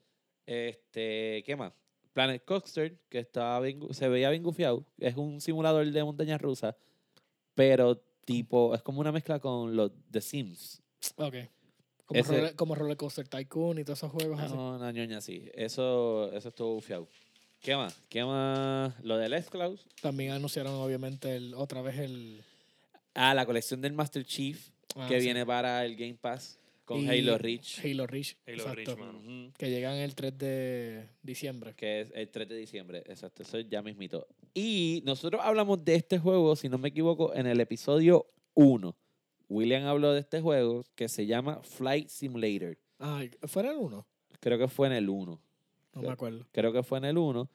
A: Este, ¿qué más? Planet Coaster, que estaba bien gu- se veía bien gufiado. Es un simulador de montañas rusas, pero tipo, es como una mezcla con los The Sims.
B: Ok. Como,
A: Ese-
B: roller, como Roller Coaster Tycoon y todos esos juegos
A: Ah,
B: así.
A: No, una ñoña así. Eso, eso estuvo gufiado. ¿Qué más? ¿Qué más? Lo del S-Claus.
B: También anunciaron, obviamente, el, otra vez el.
A: Ah, la colección del Master Chief
B: ah,
A: que
B: sí,
A: viene para el Game Pass con
B: y
A: Halo Reach.
B: Halo Reach.
C: Halo
B: exacto,
C: Reach, mano.
A: Ujú.
B: Que llegan el 3 de diciembre.
A: Que es el 3 de diciembre, exacto, eso ya mismito. Y nosotros hablamos de este juego, si no me equivoco, en el episodio 1. William habló de este juego que se llama Flight Simulator.
B: Ay, ¿fuera el 1?
A: Creo que fue en el 1.
B: No
A: Sí.
B: me acuerdo.
A: Creo que fue en el 1.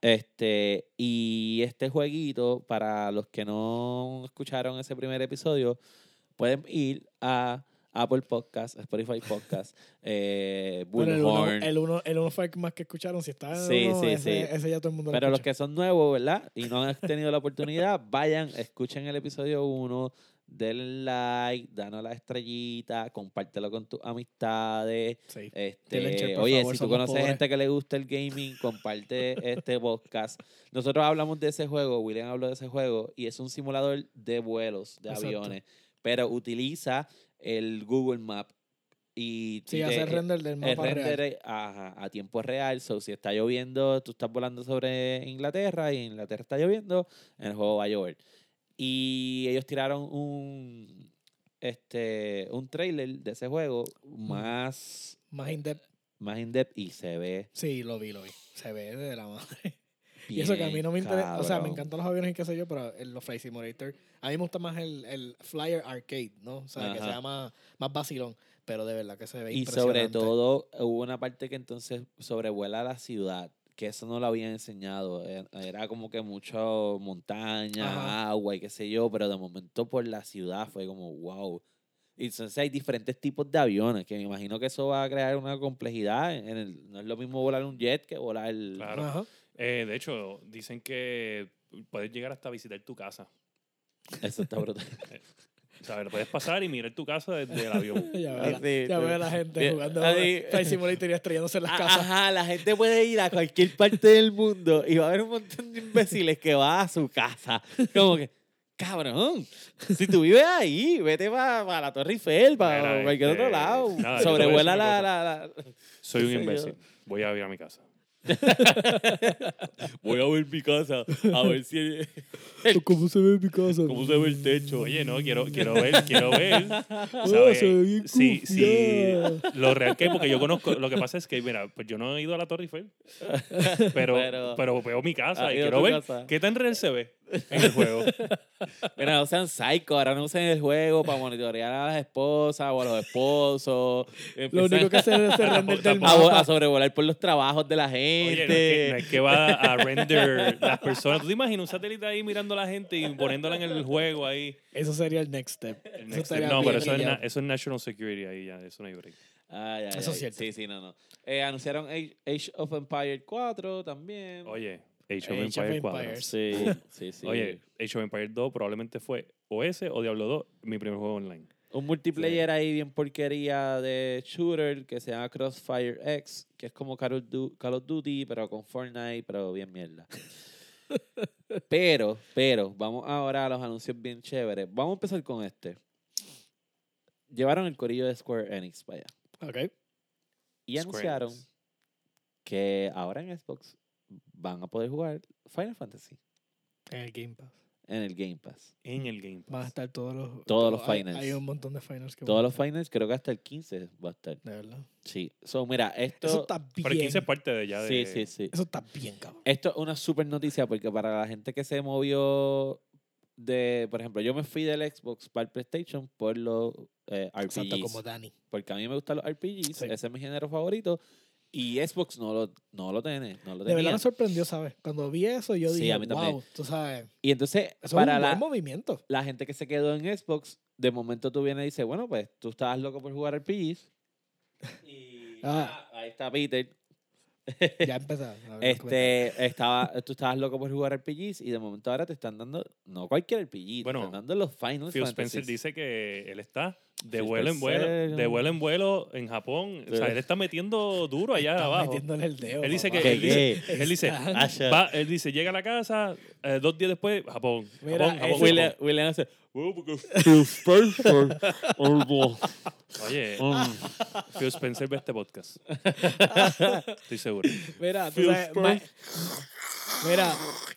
A: Este, y este jueguito, para los que no escucharon ese primer episodio, pueden ir a Apple Podcast, Spotify Podcast, [LAUGHS] eh,
B: Bueno, el uno-
A: Bullhorn.
B: el 1 el uno fue el que más que escucharon. Si está en
A: Sí,
B: el uno,
A: sí,
B: ese,
A: sí.
B: ese ya todo el mundo lo
A: Pero los
B: escucha.
A: que son nuevos, ¿verdad? Y no han tenido la oportunidad, vayan, escuchen el episodio 1, denle like, danos la estrellita, compártelo con tus amistades.
B: Sí.
A: Este,
B: Denle share, por
A: oye,
B: favor,
A: si tú
B: somos
A: conoces
B: pobres.
A: gente que le gusta el gaming, comparte este podcast. Nosotros hablamos de ese juego, William habló de ese juego, y es un simulador de vuelos, de
B: Exacto.
A: aviones, pero utiliza el Google Map. Y
B: Sí,
A: y
B: hace
A: te- eh,
B: el render del
A: el
B: mapa
A: render
B: real.
A: es, ajá, a tiempo real. So, si está lloviendo, tú estás volando sobre Inglaterra y Inglaterra está lloviendo, en el juego va a llover. Y ellos tiraron un este un trailer de ese juego más
B: Más in-depth.
A: más in depth y se ve
B: Sí, lo vi, lo vi. Se ve de la madre.
A: bien,
B: y eso que a mí no me interesa. O sea, me
A: cabrón.
B: encantan los aviones y qué sé yo, pero el- los Flight Simulator. A mí me gusta más el, el Flyer Arcade, ¿no? O sea, que
A: Ajá.
B: sea más, más vacilón. Pero de verdad que se ve
A: Y
B: impresionante.
A: sobre todo hubo una parte que entonces sobrevuela la ciudad, que eso no lo habían enseñado. e- Era como que mucho montaña,
B: Ajá.
A: agua y qué sé yo, pero de momento por la ciudad fue como wow. Y entonces hay diferentes tipos de aviones, que me imagino que eso va a crear una complejidad. en- en el- no es lo mismo volar un jet que volar el...
C: Claro.
B: Ajá.
C: Eh, de hecho, dicen que puedes llegar hasta visitar tu casa.
A: Eso está brutal.
C: O sea, puedes pasar y mirar tu casa desde
A: [LAUGHS]
C: el avión.
B: Ya
A: Ah,
B: veo,
A: sí,
B: ya
A: sí.
B: veo a la gente
A: Bien,
B: jugando
A: ahí-
B: Flight Simulator y estrellándose en las
A: eh, Ah,
B: casas.
A: Ajá, la gente puede ir a cualquier parte del mundo y va a haber un montón de imbéciles que va a su casa. Como que, cabrón, si tú vives ahí, vete para la Torre Eiffel,
C: Mira,
A: para cualquier
C: este,
A: otro lado.
C: nada, yo te voy a
A: Sobrevuela
C: decir una
A: la,
C: cosa.
A: la, la-
C: Soy un
A: Sí, yo-
C: imbécil. Voy a ir a mi casa.
A: Voy a ver mi casa, a ver [LAUGHS] si... ah,
B: ¿Cómo se ve mi casa?
C: ¿Cómo se ve el techo? Oye, no, quiero, quiero ver, quiero ver.
B: Ah,
C: ¿sabes?
B: se ve bien
C: Sí,
B: cool.
C: sí.
B: Yeah.
C: Lo real que porque yo conozco, lo que pasa es que, mira, pues yo no he ido a la Torre Eiffel, pero,
A: Pero-
C: pero, veo mi casa
A: Ah,
C: y
A: ido a
C: quiero
A: tu
C: ver
A: casa.
C: qué tan real se ve en el juego.
A: Mira, no sean psycho, ahora no usen el juego para monitorear a las esposas o a los esposos.
B: Lo
A: Empiezan
B: único que hace
A: [LAUGHS]
B: es el render del
A: a, vo- a
B: mapa.
A: sobrevolar por los trabajos de la
C: Oye, no
A: gente.
C: es, que, no es que va a render las personas. ¿Tú te imaginas un satélite ahí mirando a la gente y poniéndola en el juego ahí?
B: Eso sería el next step.
C: El
B: Eso
C: next
B: estaría
C: step. no, pero
B: bien
C: eso es,
B: brillado.
C: na- eso es National Security ahí ya, eso no hay break.
A: Ay, ay,
B: Eso es
A: ay.
B: cierto.
A: Sí, sí, no, no. Eh, anunciaron Age, Age of Empire 4 también.
C: Oye,
B: Age
C: Age
B: of
C: of Empires 4.
B: Empires.
A: Sí, sí, sí.
C: Oye, Age of Empires 2 probablemente fue o ese o Diablo 2, mi primer juego online.
A: un multiplayer ahí bien porquería de shooter que se llama Crossfire X, que es como Call of Du- Call of Duty, pero con Fortnite, pero bien
C: [LAUGHS]
A: mierda. pero, pero, vamos ahora a los anuncios bien chéveres. Vamos a empezar con este. Llevaron el corillo de Square Enix para allá.
B: Ok.
A: Y
C: Square
A: anunciaron
C: Enix.
A: que ahora en Xbox van a poder jugar Final Fantasy
B: En el Game Pass.
A: en el Game Pass.
C: En el Game Pass.
B: Van a estar todos los...
A: Todos los
B: hay-
A: finals.
B: Hay, un montón de finals que
A: Todos
B: van a
A: los
B: estar.
A: finals, creo que hasta el 15 va a estar.
B: De verdad.
A: Sí. So, mira, esto.
B: Eso está bien.
C: Pero el 15 es parte de ya de...
A: sí, sí, sí.
B: Eso está bien, cabrón.
A: Esto es una super noticia porque para la gente que se movió de. Por ejemplo, yo me fui del Xbox para el PlayStation por los eh, RPGs.
B: Exacto, como Dani.
A: Porque a mí me gustan los RPGs,
B: Sí.
A: ese es mi género favorito. Y Xbox no lo, no lo tiene. No lo
B: De verdad
A: tenía.
B: me sorprendió, ¿sabes? Cuando vi eso, yo
A: Sí,
B: dije,
A: a mí también.
B: wow, tú sabes,
A: Y entonces,
B: eso es
A: para
B: un
A: la,
B: buen movimiento.
A: la gente que se quedó en Xbox, de momento tú vienes y dices, bueno, pues tú estabas loco por jugar RPGs. [LAUGHS] Y
B: Ah.
A: ah, ahí está Peter.
B: Ya empezaba. a ver, comenta.
A: Este, estaba, tú estabas loco por jugar RPGs y de momento ahora te están dando, no cualquier RPG,
C: Bueno,
A: te están dando los Final
C: Phil
A: Fantasy.
C: Spencer dice que él está de
A: Phil
C: vuelo en vuelo,
A: Spencer.
C: de vuelo en vuelo en Japón. O sea, él está metiendo duro allá
B: Está
C: abajo.
B: metiéndole el dedo.
C: Él dice
B: papá.
C: que- él dice-
A: ¿Qué,
C: Él dice,
B: Está-
A: Asha.
C: va- él dice, llega a la casa, eh, dos días después, Japón.
B: Mira,
C: Japón,
A: qué?
C: Japón,
B: ese-
A: William,
C: Japón.
A: William E-, hace, "Bueno, [LAUGHS] porque
D: Phil Spencer.
A: [LAUGHS]
D: Oh, boy.
C: Oye,
D: Mm.
B: Ah. [LAUGHS]
C: Phil Spencer ve este podcast. Estoy seguro.
B: Mira, tú
D: Phil
B: sabes,
D: Spencer.
B: Ma- Mira,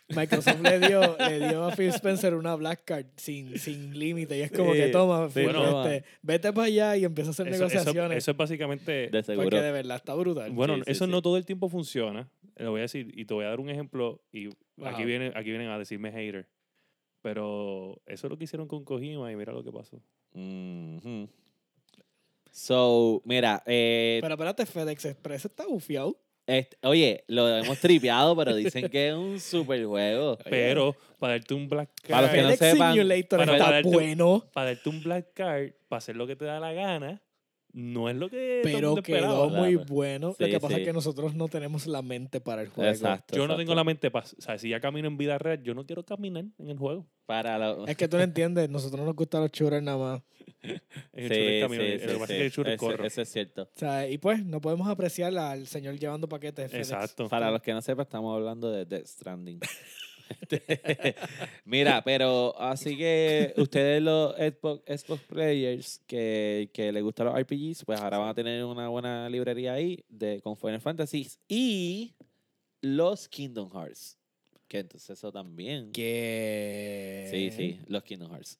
B: Microsoft le dio, le dio a Phil Spencer una black card sin, sin límite. Y es como
A: Sí,
B: que toma,
A: sí,
B: Phil,
A: toma.
B: este, vete para allá y empieza a hacer
C: Eso, eso-
B: negociaciones.
C: eso es básicamente.
A: De seguro.
B: porque de verdad está brutal.
C: Bueno,
A: Sí, sí,
C: eso
A: sí.
C: no todo el tiempo funciona. Lo voy a decir y te voy a dar un ejemplo y
B: Ajá.
C: aquí, viene, aquí vienen a decirme hater. Pero eso es lo que hicieron con Kojima y mira lo que pasó.
A: Mhm. So, mira, eh,
B: Pero espérate, FedEx Express está bufiado.
A: est- oye, lo hemos tripeado, pero dicen que es un super juego.
C: Pero para darte un black card,
A: Para los que no
B: FedEx
A: sepan,
B: Simulator
C: para-
B: está
C: para darte-
B: bueno,
C: para darte un black card, para hacer lo que te da la gana, no es lo que todo el
B: pero
C: mundo
B: quedó
C: esperaba.
A: Claro.
B: muy bueno. Lo
A: Sí,
B: que pasa
A: sí.
B: es que nosotros no tenemos la mente para el juego.
A: Exacto.
C: Yo no tengo
A: exacto.
C: la mente para, o sea, si ya camino en vida real, yo no quiero caminar en el juego.
A: Para lo-
B: Es que tú no entiendes, nosotros nos gustan los shooters nada más.
C: En el
A: Sí,
C: shooter camino,
A: sí,
C: en-
A: sí,
C: lo que pasa es
A: sí.
C: que el shooter
A: Ese-
C: corro.
A: Eso es cierto.
B: O sea, y pues no podemos apreciar al señor llevando paquetes. de FedEx.
C: Exacto.
A: Para los que no sepan, estamos hablando de Death
C: [LAUGHS]
A: Stranding. Este, Mira, pero así que ustedes los Xbox, Xbox players que, que les gustan los RPGs, pues ahora van a tener una buena librería ahí de, con Final Fantasy y los Kingdom Hearts. Que entonces eso también.
B: Que...
A: Sí, sí, los Kingdom Hearts.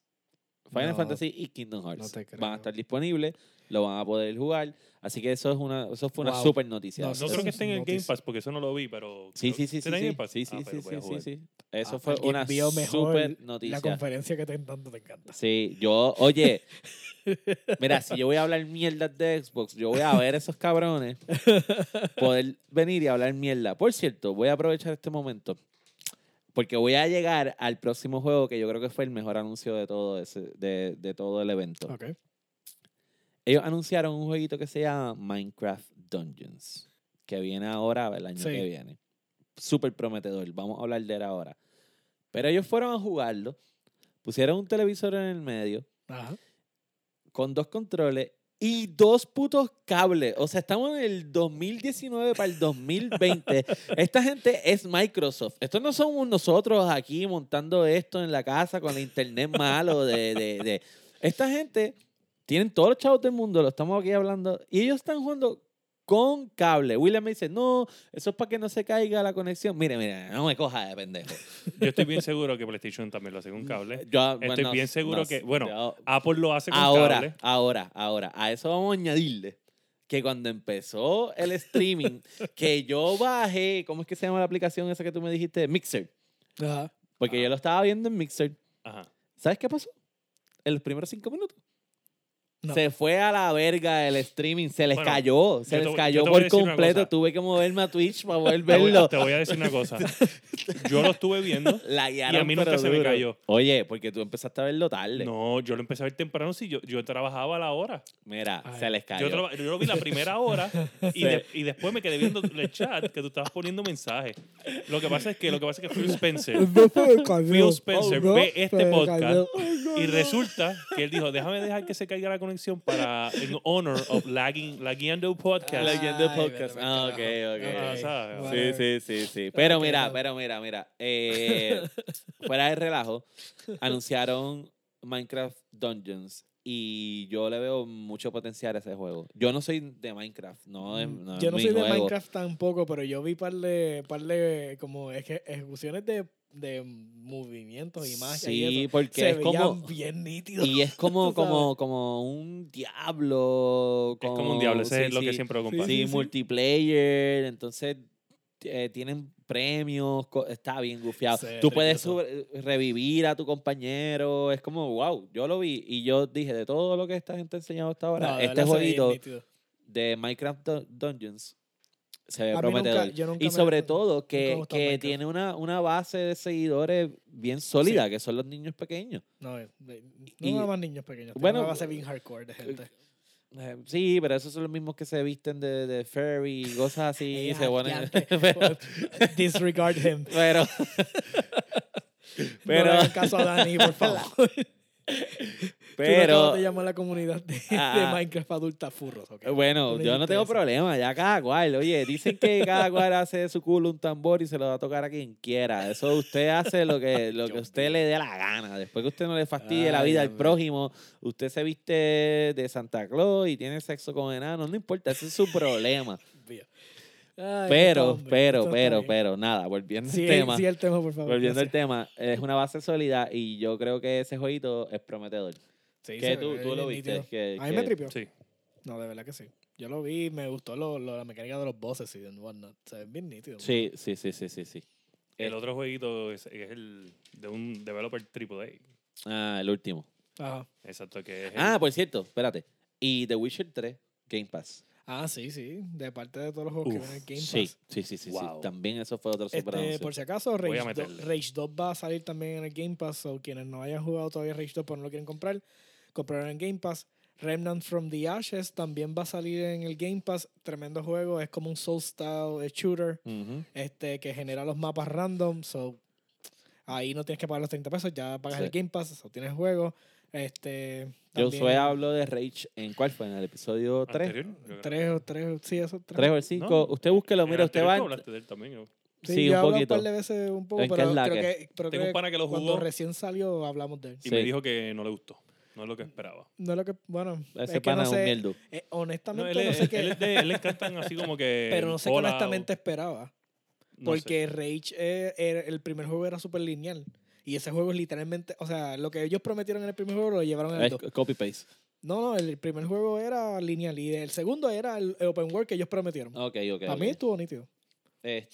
A: Final
B: Eh, No,
A: Fantasy y Kingdom Hearts
B: te
A: van
B: creo.
A: a estar disponibles, lo van a poder jugar. Así que eso es una, eso fue una
B: Wow.
A: super noticia.
B: No,
A: Eso-
C: No creo que esté en el Game
B: Noticia.
C: Pass porque eso no lo vi, pero.
A: Sí, sí, sí,
C: creo-
A: sí.
C: ¿Está en Game
A: Sí,
C: Pass?
A: sí, sí,
C: Ah,
A: sí,
C: pues voy a
A: sí,
C: jugar.
A: sí, sí. Eso
B: Ah,
A: fue
B: alguien
A: una
B: vio mejor
A: super
B: La
A: noticia.
B: conferencia que te, tanto te encanta.
A: Sí, yo, oye, mira, si yo voy a hablar mierda de Xbox, yo voy a ver a esos cabrones poder venir y hablar mierda. Por cierto, voy a aprovechar este momento porque voy a llegar al próximo juego que yo creo que fue el mejor anuncio de todo, ese, de, de todo el evento.
B: Ok.
A: Ellos anunciaron un jueguito que se llama Minecraft Dungeons, que viene ahora el año
B: Sí.
A: que viene. Súper prometedor, vamos a hablar de él ahora. Pero ellos fueron a jugarlo, pusieron un televisor en el medio,
B: Ajá.
A: con dos controles y dos putos cables. O sea, estamos en el 2019 para el
C: [LAUGHS]
A: 2020. Esta gente es Microsoft. Estos no somos nosotros aquí montando esto en la casa con el internet malo de... de- de- Esta gente tienen todos los chavos del mundo, lo estamos aquí hablando, y ellos están jugando con cable. William me dice, no, eso es para que no se caiga la conexión. Mire, mire, no me coja de pendejo.
C: Yo estoy bien seguro que PlayStation también lo hace con cable.
A: Yo,
C: Pues, Estoy
A: bueno,
C: bien seguro que- bueno,
A: yo-
C: Apple lo hace con
A: ahora,
C: cable.
A: ahora, ahora. A eso vamos a añadirle que cuando empezó
C: [LAUGHS]
A: el streaming, que yo bajé, ¿cómo es que se llama la aplicación esa que tú me dijiste? Mixer.
C: [LAUGHS]
B: Ajá.
A: Porque
C: Ah.
A: yo lo estaba viendo en Mixer.
C: Ajá.
A: ¿Sabes qué pasó? En los primeros cinco minutos.
B: No.
A: Se fue a la verga el streaming, se les
C: Bueno,
A: cayó, se
C: yo te
A: les
C: voy-
A: cayó
C: yo te voy a
A: por
C: decir una
A: completo.
C: cosa.
A: Tuve que moverme a Twitch
C: [LAUGHS]
A: para poder
C: Te voy,
A: verlo.
C: te voy a decir
A: [LAUGHS]
C: una cosa. Yo lo estuve viendo.
A: La
C: Y a mí nunca se me cayó.
A: Oye, porque tú empezaste a verlo tarde.
C: No, yo lo empecé a ver temprano. Sí, yo, yo trabajaba a la hora.
A: Mira,
B: Ay.
A: se les
C: Yo,
A: cayó.
C: traba- yo lo vi la primera hora y, de- y después me quedé viendo el chat que tú estabas poniendo mensajes. Lo que pasa es que lo que pasa es que Phil Spencer Phil Spencer ve este podcast y resulta que él dijo, déjame dejar que se caiga la conexión para en honor of lagging, lagueando podcast.
A: La guión del podcast. Ah, ok,
C: Ah,
A: ok.
C: ¿sabes?
A: Sí, sí, sí, sí. Pero mira, pero mira, mira. eh, [LAUGHS] fuera de relajo, anunciaron Minecraft Dungeons y yo le veo mucho potencial a ese juego. Yo no soy de Minecraft, no, es- no es
B: Mm, yo no
A: mi
B: soy de
A: juego.
B: Minecraft tampoco, pero yo vi par de, par de como eje- ejecuciones de, de movimientos y magia y
A: Sí,
B: eso.
A: porque
B: Se
A: es como
B: veían [LAUGHS] bien nítidos.
A: y es como
B: tú sabes.
A: como como un diablo,
C: Es como un diablo, ese
A: sí,
C: es lo que
A: sí.
C: siempre lo comparo.
A: sí, multiplayer, entonces eh, tienen premios, co- está bien gufiado.
B: Sí,
A: Tú
B: está
A: puedes
B: riquito.
A: sobre- eh, revivir a tu compañero, es como, wow, yo lo vi y yo dije, de todo lo que esta gente ha enseñado hasta ahora,
B: No, de
A: este
B: verdad se veían
A: jueguito
B: nítidos.
A: de Minecraft Dun- Dungeons se ve
B: A mí
A: prometedor.
B: nunca- yo nunca
A: y
B: me-
A: sobre todo
B: nunca
A: que,
B: me gustó
A: que
B: Minecraft.
A: tiene una, una base de seguidores bien sólida, que son los niños pequeños.
B: No, eh, de- no
A: Y-
B: nada más niños pequeños.
A: bueno,
B: Bueno, va a ser bien hardcore de gente.
A: Eh, Sí, pero esos son los mismos que se visten de, de furry y cosas así.
B: [LAUGHS] Eh,
A: y se [LAUGHS] ponen...
B: adiante.
A: pero,
B: Disregard him.
A: pero,
B: Pero...
A: [LAUGHS] Pero-
B: No le hagan caso a
A: [LAUGHS]
B: Dani, por favor. [LAUGHS] Pero... Tú no
A: pero
B: te llamas a la comunidad de, de
A: Ah.
B: Minecraft adulta furros, ¿ok?
A: Bueno,
B: Tú
A: yo no
B: dijiste
A: tengo
B: eso.
A: problema, ya cada cual. Oye, dicen que cada cual hace de su culo un tambor y se lo va a tocar a quien quiera. Eso usted hace lo que, lo que
B: Yo
A: usted le dé la gana. Después que usted no le fastidie la
B: Ay,
A: vida
B: Dios
A: al
B: mío.
A: prójimo, usted se viste de Santa Claus y tiene sexo con enanos, no importa, ese es su problema.
B: Vía. [LAUGHS] Ay,
A: Pero,
B: hombre,
A: pero,
B: esto está
A: pero,
B: bien.
A: pero, nada, volviendo
B: Sí,
A: al
B: el-
A: tema.
B: sí, el tema, por favor.
A: volviendo al
B: gracias.
A: tema, es una base sólida y yo creo que ese jueguito es prometedor.
B: Sí,
A: que
B: se
A: tú,
B: ve
A: tú lo
B: bien nítido.
A: viste. Que,
B: A mí
A: que-
B: me tripió.
C: Sí.
B: No, de verdad que sí. Yo lo vi, me gustó lo, lo- la mecánica de los bosses y whatnot. O sea, es bien nítido.
A: Sí, sí, sí, sí, sí, sí. Eh,
C: El otro jueguito es, es el de un developer AAA.
A: Ah, el último.
B: Ajá.
C: Exacto,
B: Eh,
C: que es el-
A: Ah, por cierto, espérate. Y The Witcher 3, Game Pass.
B: Ah, sí, sí. De parte de todos los juegos que
C: Uf,
B: vienen en Game Pass.
A: Sí, sí, sí, sí, sí.
C: Wow.
A: También eso fue otro super
B: Este,
A: anuncio.
B: por si acaso,
C: Voy
B: Rage
C: a
B: 2,
C: meterle.
B: Rage 2 va a salir también en el Game Pass. O quienes no hayan jugado todavía Rage 2 pero no lo quieren comprar, compraron en Game Pass. Remnant from the Ashes también va a salir en el Game Pass. Tremendo juego. Es como un Soul Style eh, shooter
A: Ujú.
B: este, que genera los mapas random. So, ahí no tienes que pagar los 30 pesos. Ya pagas
A: Sí.
B: el Game Pass. So, tienes juego. Este,
A: Yo
B: también
A: soy hablo de Rage en cuál fue, en el episodio 3.
C: anterior, yo creo.
B: Tres o tres. Sí, eso. Tres.
A: 3 o el 5.
C: No,
A: Usted búsquelo,
C: En
A: mira,
C: el
A: usted
C: anterior
A: va.
C: tú hablaste de él también, yo.
A: Sí,
B: Sí, yo
A: un
B: he hablado
A: poquito.
B: un par de veces un poco,
A: ¿En qué
B: pero
A: es la
B: creo
A: que?
B: que, pero
C: Tengo un
B: creo
C: pana que lo
B: cuando
C: jugó
B: recién salió hablamos de él.
C: y
A: Sí.
C: me dijo que no le gustó. No es lo que esperaba.
B: No es lo que, bueno,
A: Ese
B: es que
A: pana
B: no
A: es un
B: sé,
A: mierdo.
B: eh,
C: No,
B: honestamente
C: él,
B: no,
C: es-
B: sé qué,
C: él es de- él le encantan así como que.
B: [LAUGHS] pero no sé qué
C: Fallout,
B: honestamente esperaba,
C: no sé.
B: porque Rage, eh, era- el primer juego era súper lineal, y ese juego es literalmente, o sea, lo que ellos prometieron en el primer juego lo llevaron en el
A: Es
B: dos.
A: copy-paste.
B: No, no, el primer juego era lineal, y el segundo era el el open world que ellos prometieron.
A: Ok, ok.
B: Para
A: ok.
B: mí estuvo nítido.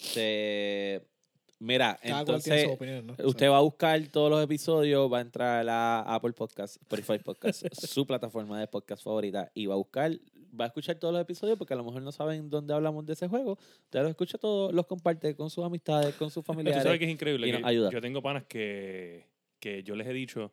A: Este. Mira,
B: Cada cual tiene
A: entonces.
B: sus opiniones,
A: [LAUGHS]
B: ¿no?
A: Usted va a buscar todos los episodios, va a entrar a Apple Podcast, Spotify
C: [LAUGHS]
A: Podcast, su plataforma de podcast favorita, y va a buscar, va a escuchar todos los episodios porque a lo mejor no saben dónde hablamos de ese juego. Usted los escucha todos, los comparte con sus amistades, con sus
C: Tú sabes que
A: familiares.
C: es increíble.
A: y
C: que
A: nos ayuda.
C: Yo tengo panas que, que yo les he dicho,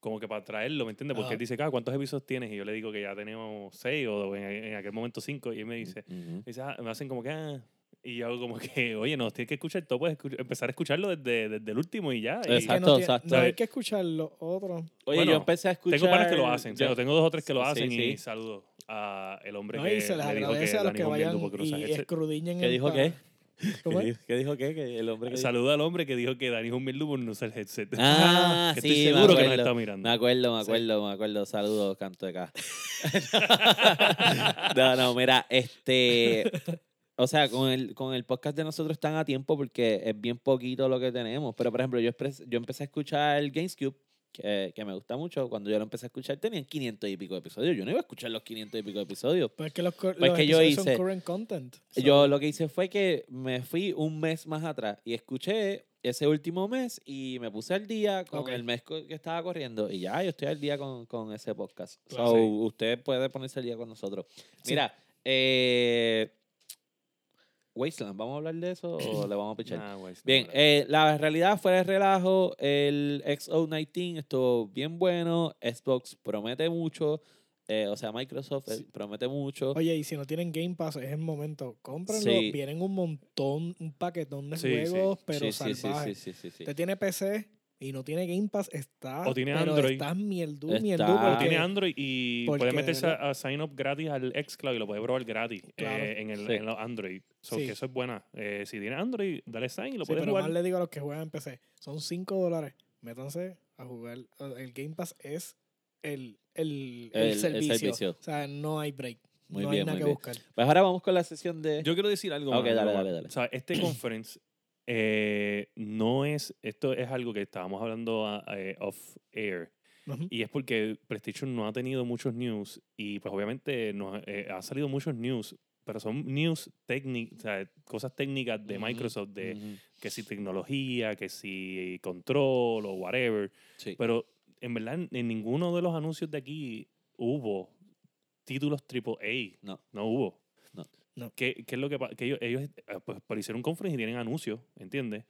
C: como que para traerlo, ¿me entiendes? Porque
B: Ajá.
C: él dice, "Ah, ¿cuántos episodios tienes? Y yo le digo que ya tenemos seis o en, en aquel momento cinco. Y él me dice,
A: Ujú.
C: me, dice, "Ah", me hacen como que, ah. Y yo hago como que, oye, no, tienes que escuchar todo, puedes escuch- empezar a escucharlo desde, desde el último y ya. Y
B: Que
A: Exacto.
B: no, tiene-
A: exacto.
B: no hay que escuchar los otros.
A: Oye,
C: Eh, Bueno,
A: yo empecé a escuchar.
C: Tengo panas que lo hacen,
A: yo-
C: tengo- tengo dos o tres que lo
A: Sí,
C: hacen
A: sí.
C: y saludo a el hombre
B: No,
C: que
B: y se les
C: me dijo que
B: agradece a los que
C: Dani Bombiardo
B: vayan
C: por Cruz
B: y
C: [LAUGHS] Ángel se-
B: escrudiñen.
A: ¿Qué
B: el
A: dijo
B: pa-
A: qué? ¿Qué
B: ¿Cómo
A: [LAUGHS]
B: es?
A: dijo qué? dijo qué? Que el hombre que dijo-
C: Saluda al hombre que dijo que Dani es un mil por no [LAUGHS] usar el headset.
A: Ah,
C: Que
A: sí,
C: estoy
A: me
C: seguro que nos
A: acuerdo.
C: está
A: Me
C: mirando.
A: acuerdo, me
B: Sí.
A: acuerdo, me acuerdo. Saludos, canto de acá. no, no, mira, este. O sea, con el, con el podcast de nosotros están a tiempo porque es bien poquito lo que tenemos. Pero, por ejemplo, yo, expres- yo empecé a escuchar el GameCube, que, que me gusta mucho. Cuando yo lo empecé a escuchar, tenían 500 y pico episodios. Yo no iba a escuchar los 500 y pico episodios.
B: Pues es que los, cur-
A: Pues
B: los
A: que yo
B: episodios
A: hice-
B: son current content. So,
A: Yo lo que hice fue que me fui un mes más atrás y escuché ese último mes y me puse al día con
B: Ok.
A: el mes co- que estaba corriendo y ya yo estoy al día con, con ese podcast.
C: Claro,
A: So,
C: sí.
A: usted puede ponerse al día con nosotros.
B: Sí.
A: Mira, eh, Wasteland, ¿vamos a hablar de eso o le vamos a
B: [CLEARS THROAT]
A: pichar?
C: Ah, guay, sí,
A: Bien,
C: no,
A: eh, la realidad fuera de relajo, el XO19 estuvo bien bueno, Xbox promete mucho, eh, o sea, Microsoft eh,
B: Sí.
A: promete mucho.
B: Oye, y si no tienen Game Pass, es el momento. Cómprenlo.
A: Sí.
B: Vienen un montón, un paquetón de
C: Sí, sí.
B: juegos, pero
A: Sí, sí, sí,
B: salvajes.
A: sí, sí, sí, sí.
B: Usted tiene PC y no tiene Game Pass, está.
C: O tiene
B: pero
C: Android.
B: Está mieldú,
A: Está-
B: mieldú.
A: O
C: Pero
B: porque-
C: tiene Android y
B: eh, porque
C: puede
B: de
C: meterse
B: verdad-
C: a, a sign up gratis al xCloud y lo puede probar gratis eh,
B: Claro.
C: en, el,
A: Sí.
C: en los Android. So,
B: Sí.
C: que eso es buena. Eh, si tiene Android, dale sign y lo
B: Sí,
C: puedes
B: pero más
C: jugar.
B: le digo a los que juegan en PC. Son 5 dólares. Métanse a jugar. O- El Game Pass es el, el, el
A: El- el
B: servicio.
A: servicio.
B: O sea, no hay break.
A: Muy
B: no
A: bien,
B: hay nada
A: muy
B: que
A: bien.
B: buscar.
A: Pues ahora vamos con la sesión de.
C: Yo quiero decir algo.
A: Ok,
C: más,
A: dale,
C: algo más.
A: dale, dale.
C: O sea,
A: [CLEARS THROAT]
C: este conference eh, no es. Esto es algo que estábamos hablando ah, eh, off air.
B: Ujú.
C: Y es porque PlayStation no ha tenido muchos news y pues obviamente nos ha- eh, ha salido muchos news, pero son news técnicas, o sea, cosas técnicas de
A: Ujú,
C: Microsoft, de
A: Ujú.
C: que si tecnología, que si control o whatever.
A: Sí.
C: Pero en verdad en ninguno de los anuncios de aquí hubo títulos AAA.
A: No.
C: No hubo.
A: No.
B: No.
C: ¿Qué, qué es lo que pasa? Que ellos, ellos eh, pues, pero hicieron un conference y tienen anuncios, ¿entiendes?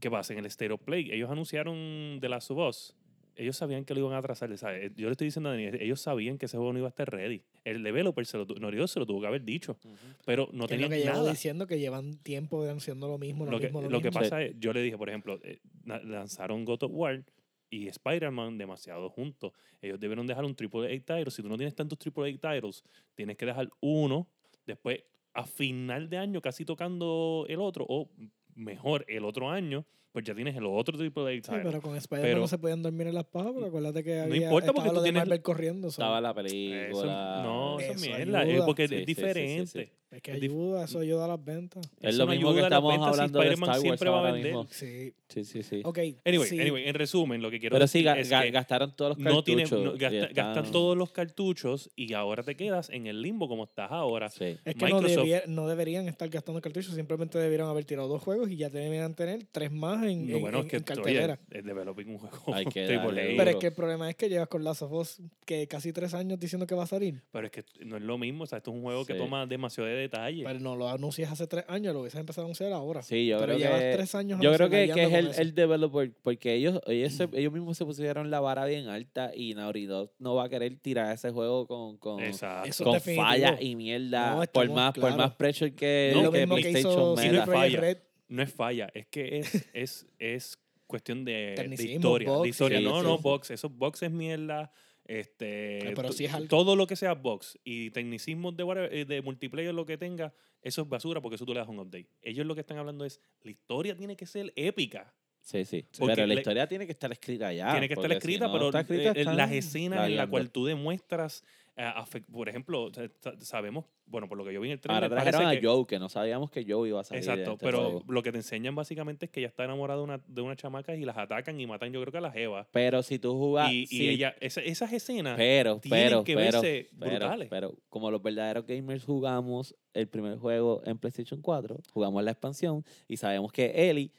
C: ¿Qué pasa? En el State of Play, ellos anunciaron de la of Us. Ellos sabían que lo iban a atrasar, ¿sabes? Eh, Yo le estoy diciendo a Daniel, ellos sabían que ese juego no iba a estar ready. El developer se lo, tu- Norio se lo tuvo que haber dicho, pero no
B: Que es lo
C: tenían
B: que llevo
C: nada.
B: diciendo que llevan tiempo anunciando lo mismo, lo,
C: Lo que,
B: mismo, lo,
C: lo que
B: mismo.
C: pasa es, yo le dije, por ejemplo, eh, na- lanzaron God of War y Spider-Man demasiado juntos. Ellos debieron dejar un AAA title. Si tú no tienes tantos AAA titles, tienes que dejar uno. Después, a final de año, casi tocando el otro, o mejor el otro año, pues ya tienes el otro triple A
B: Sí,
C: title.
B: pero con Spider-Man
C: Pero-
B: no se podían dormir en las pajas, pero acuérdate que había,
C: importa
B: estaba
C: porque
B: lo
C: tú
B: de
C: tienes-
B: Marvel corriendo. so-
A: Estaba la
C: Eso-
A: película.
C: no, eso es
B: Eso
C: mierda,
B: ayuda.
C: es
A: Sí,
C: porque
A: sí,
C: es
A: sí, sí, sí.
C: diferente.
B: Es que
C: es dif-
B: ayuda, eso ayuda a las ventas.
A: Es
C: Eso
A: lo
C: no
A: mismo que
C: ayuda a las
A: estamos
C: ventas si
A: hablando de Star
C: Spider-Man
A: Wars
C: siempre va a
A: ahora
C: vender.
A: mismo.
B: Sí.
A: Sí, sí, sí.
B: Ok.
C: Anyway,
B: sí.
C: anyway, en resumen, lo que quiero
A: Pero sí,
C: decir
A: ga-
C: es
A: ga-
C: que
A: gastaron todos los
C: no tienen,
A: cartuchos.
C: no-
A: y
C: gasta-
A: están-
C: gastan todos los cartuchos y ahora te quedas en el limbo como estás ahora.
A: Sí.
B: Es que
C: Microsoft-
B: no, debier- no deberían estar gastando cartuchos, simplemente debieron haber tirado dos juegos y ya debían tener tres más en,
C: Lo
B: en-
C: bueno
B: en-
C: es que
B: en
C: estoy
B: cartelera.
C: developing un juego
A: Hay que
C: [LAUGHS] triple
A: darle
C: A.
B: Pero es
A: duro.
B: que el problema es que llevas con Last of Us que casi tres años diciendo que va a salir.
C: Pero es que no es lo mismo, o sea, esto es un juego que
A: Sí.
C: toma demasiado de detalle.
B: Pero no lo anuncias hace tres años, lo hubieses empezado a anunciar ahora.
A: Sí, yo
B: Pero
A: creo
B: llevas
A: que.
B: tres años
A: Yo creo que,
B: anunciando
A: que es
B: con
A: el,
B: eso.
A: el developer, porque ellos, ellos,
C: Mm.
A: se- ellos mismos se pusieron la vara bien alta y Naughty Dog no va a querer tirar ese juego con, con,
C: Exacto.
B: Eso
A: con
B: es definitivo.
A: fallas y mierda.
B: No,
A: por,
B: estamos
A: más, por
B: claros.
A: más pressure que,
B: Es
C: No,
B: lo
A: que
B: mismo que
A: PlayStation
B: hizo
A: me
C: Sin
A: da.
B: Sino
C: falla.
B: Red.
C: No es falla, es que
B: [LAUGHS]
C: es, es, es cuestión de, de
B: Tecnicismo,
C: historia.
B: box,
C: de historia.
A: sí,
C: no,
A: sí,
C: no,
A: sí.
C: box. Esos box es mierda. Este,
B: Ah, pero
C: to-
B: sí es algo.
C: Todo lo que sea box y tecnicismos de, whatever- eh, de multiplayer, lo que tenga, eso es basura porque eso tú le das un update. Ellos lo que están hablando es, la historia tiene que ser épica.
A: Sí, sí.
C: Porque
A: Pero la
C: le-
A: historia tiene que estar escrita ya.
C: tiene que estar
A: porque
C: escrita,
A: si Ah, no
C: pero
A: está pues. escrita,
C: eh, eh,
A: están
C: las escenas en las
A: lagueando.
C: cuales tú demuestras, eh, afec- por ejemplo, o sea, sa- sabemos, bueno, por lo que yo vi en el trailer,
A: Ahora trajeron a
C: parece que-
A: Joe, que no sabíamos que Joe iba a salir. en
C: Exacto,
A: este
C: pero
A: juego.
C: lo que te enseñan básicamente es que ella está enamorada de una, de una chamaca y las atacan y matan, yo creo que a la Jeva.
A: Pero si tú jugas.
C: Y, y
A: si-
C: ella, esa- esas escenas,
A: Ah, Pero,
C: tienen
A: pero,
C: que
A: pero,
C: verse
A: pero,
C: brutales.
A: pero, como los verdaderos gamers jugamos el primer juego en PlayStation 4, jugamos la expansión y sabemos que Ellie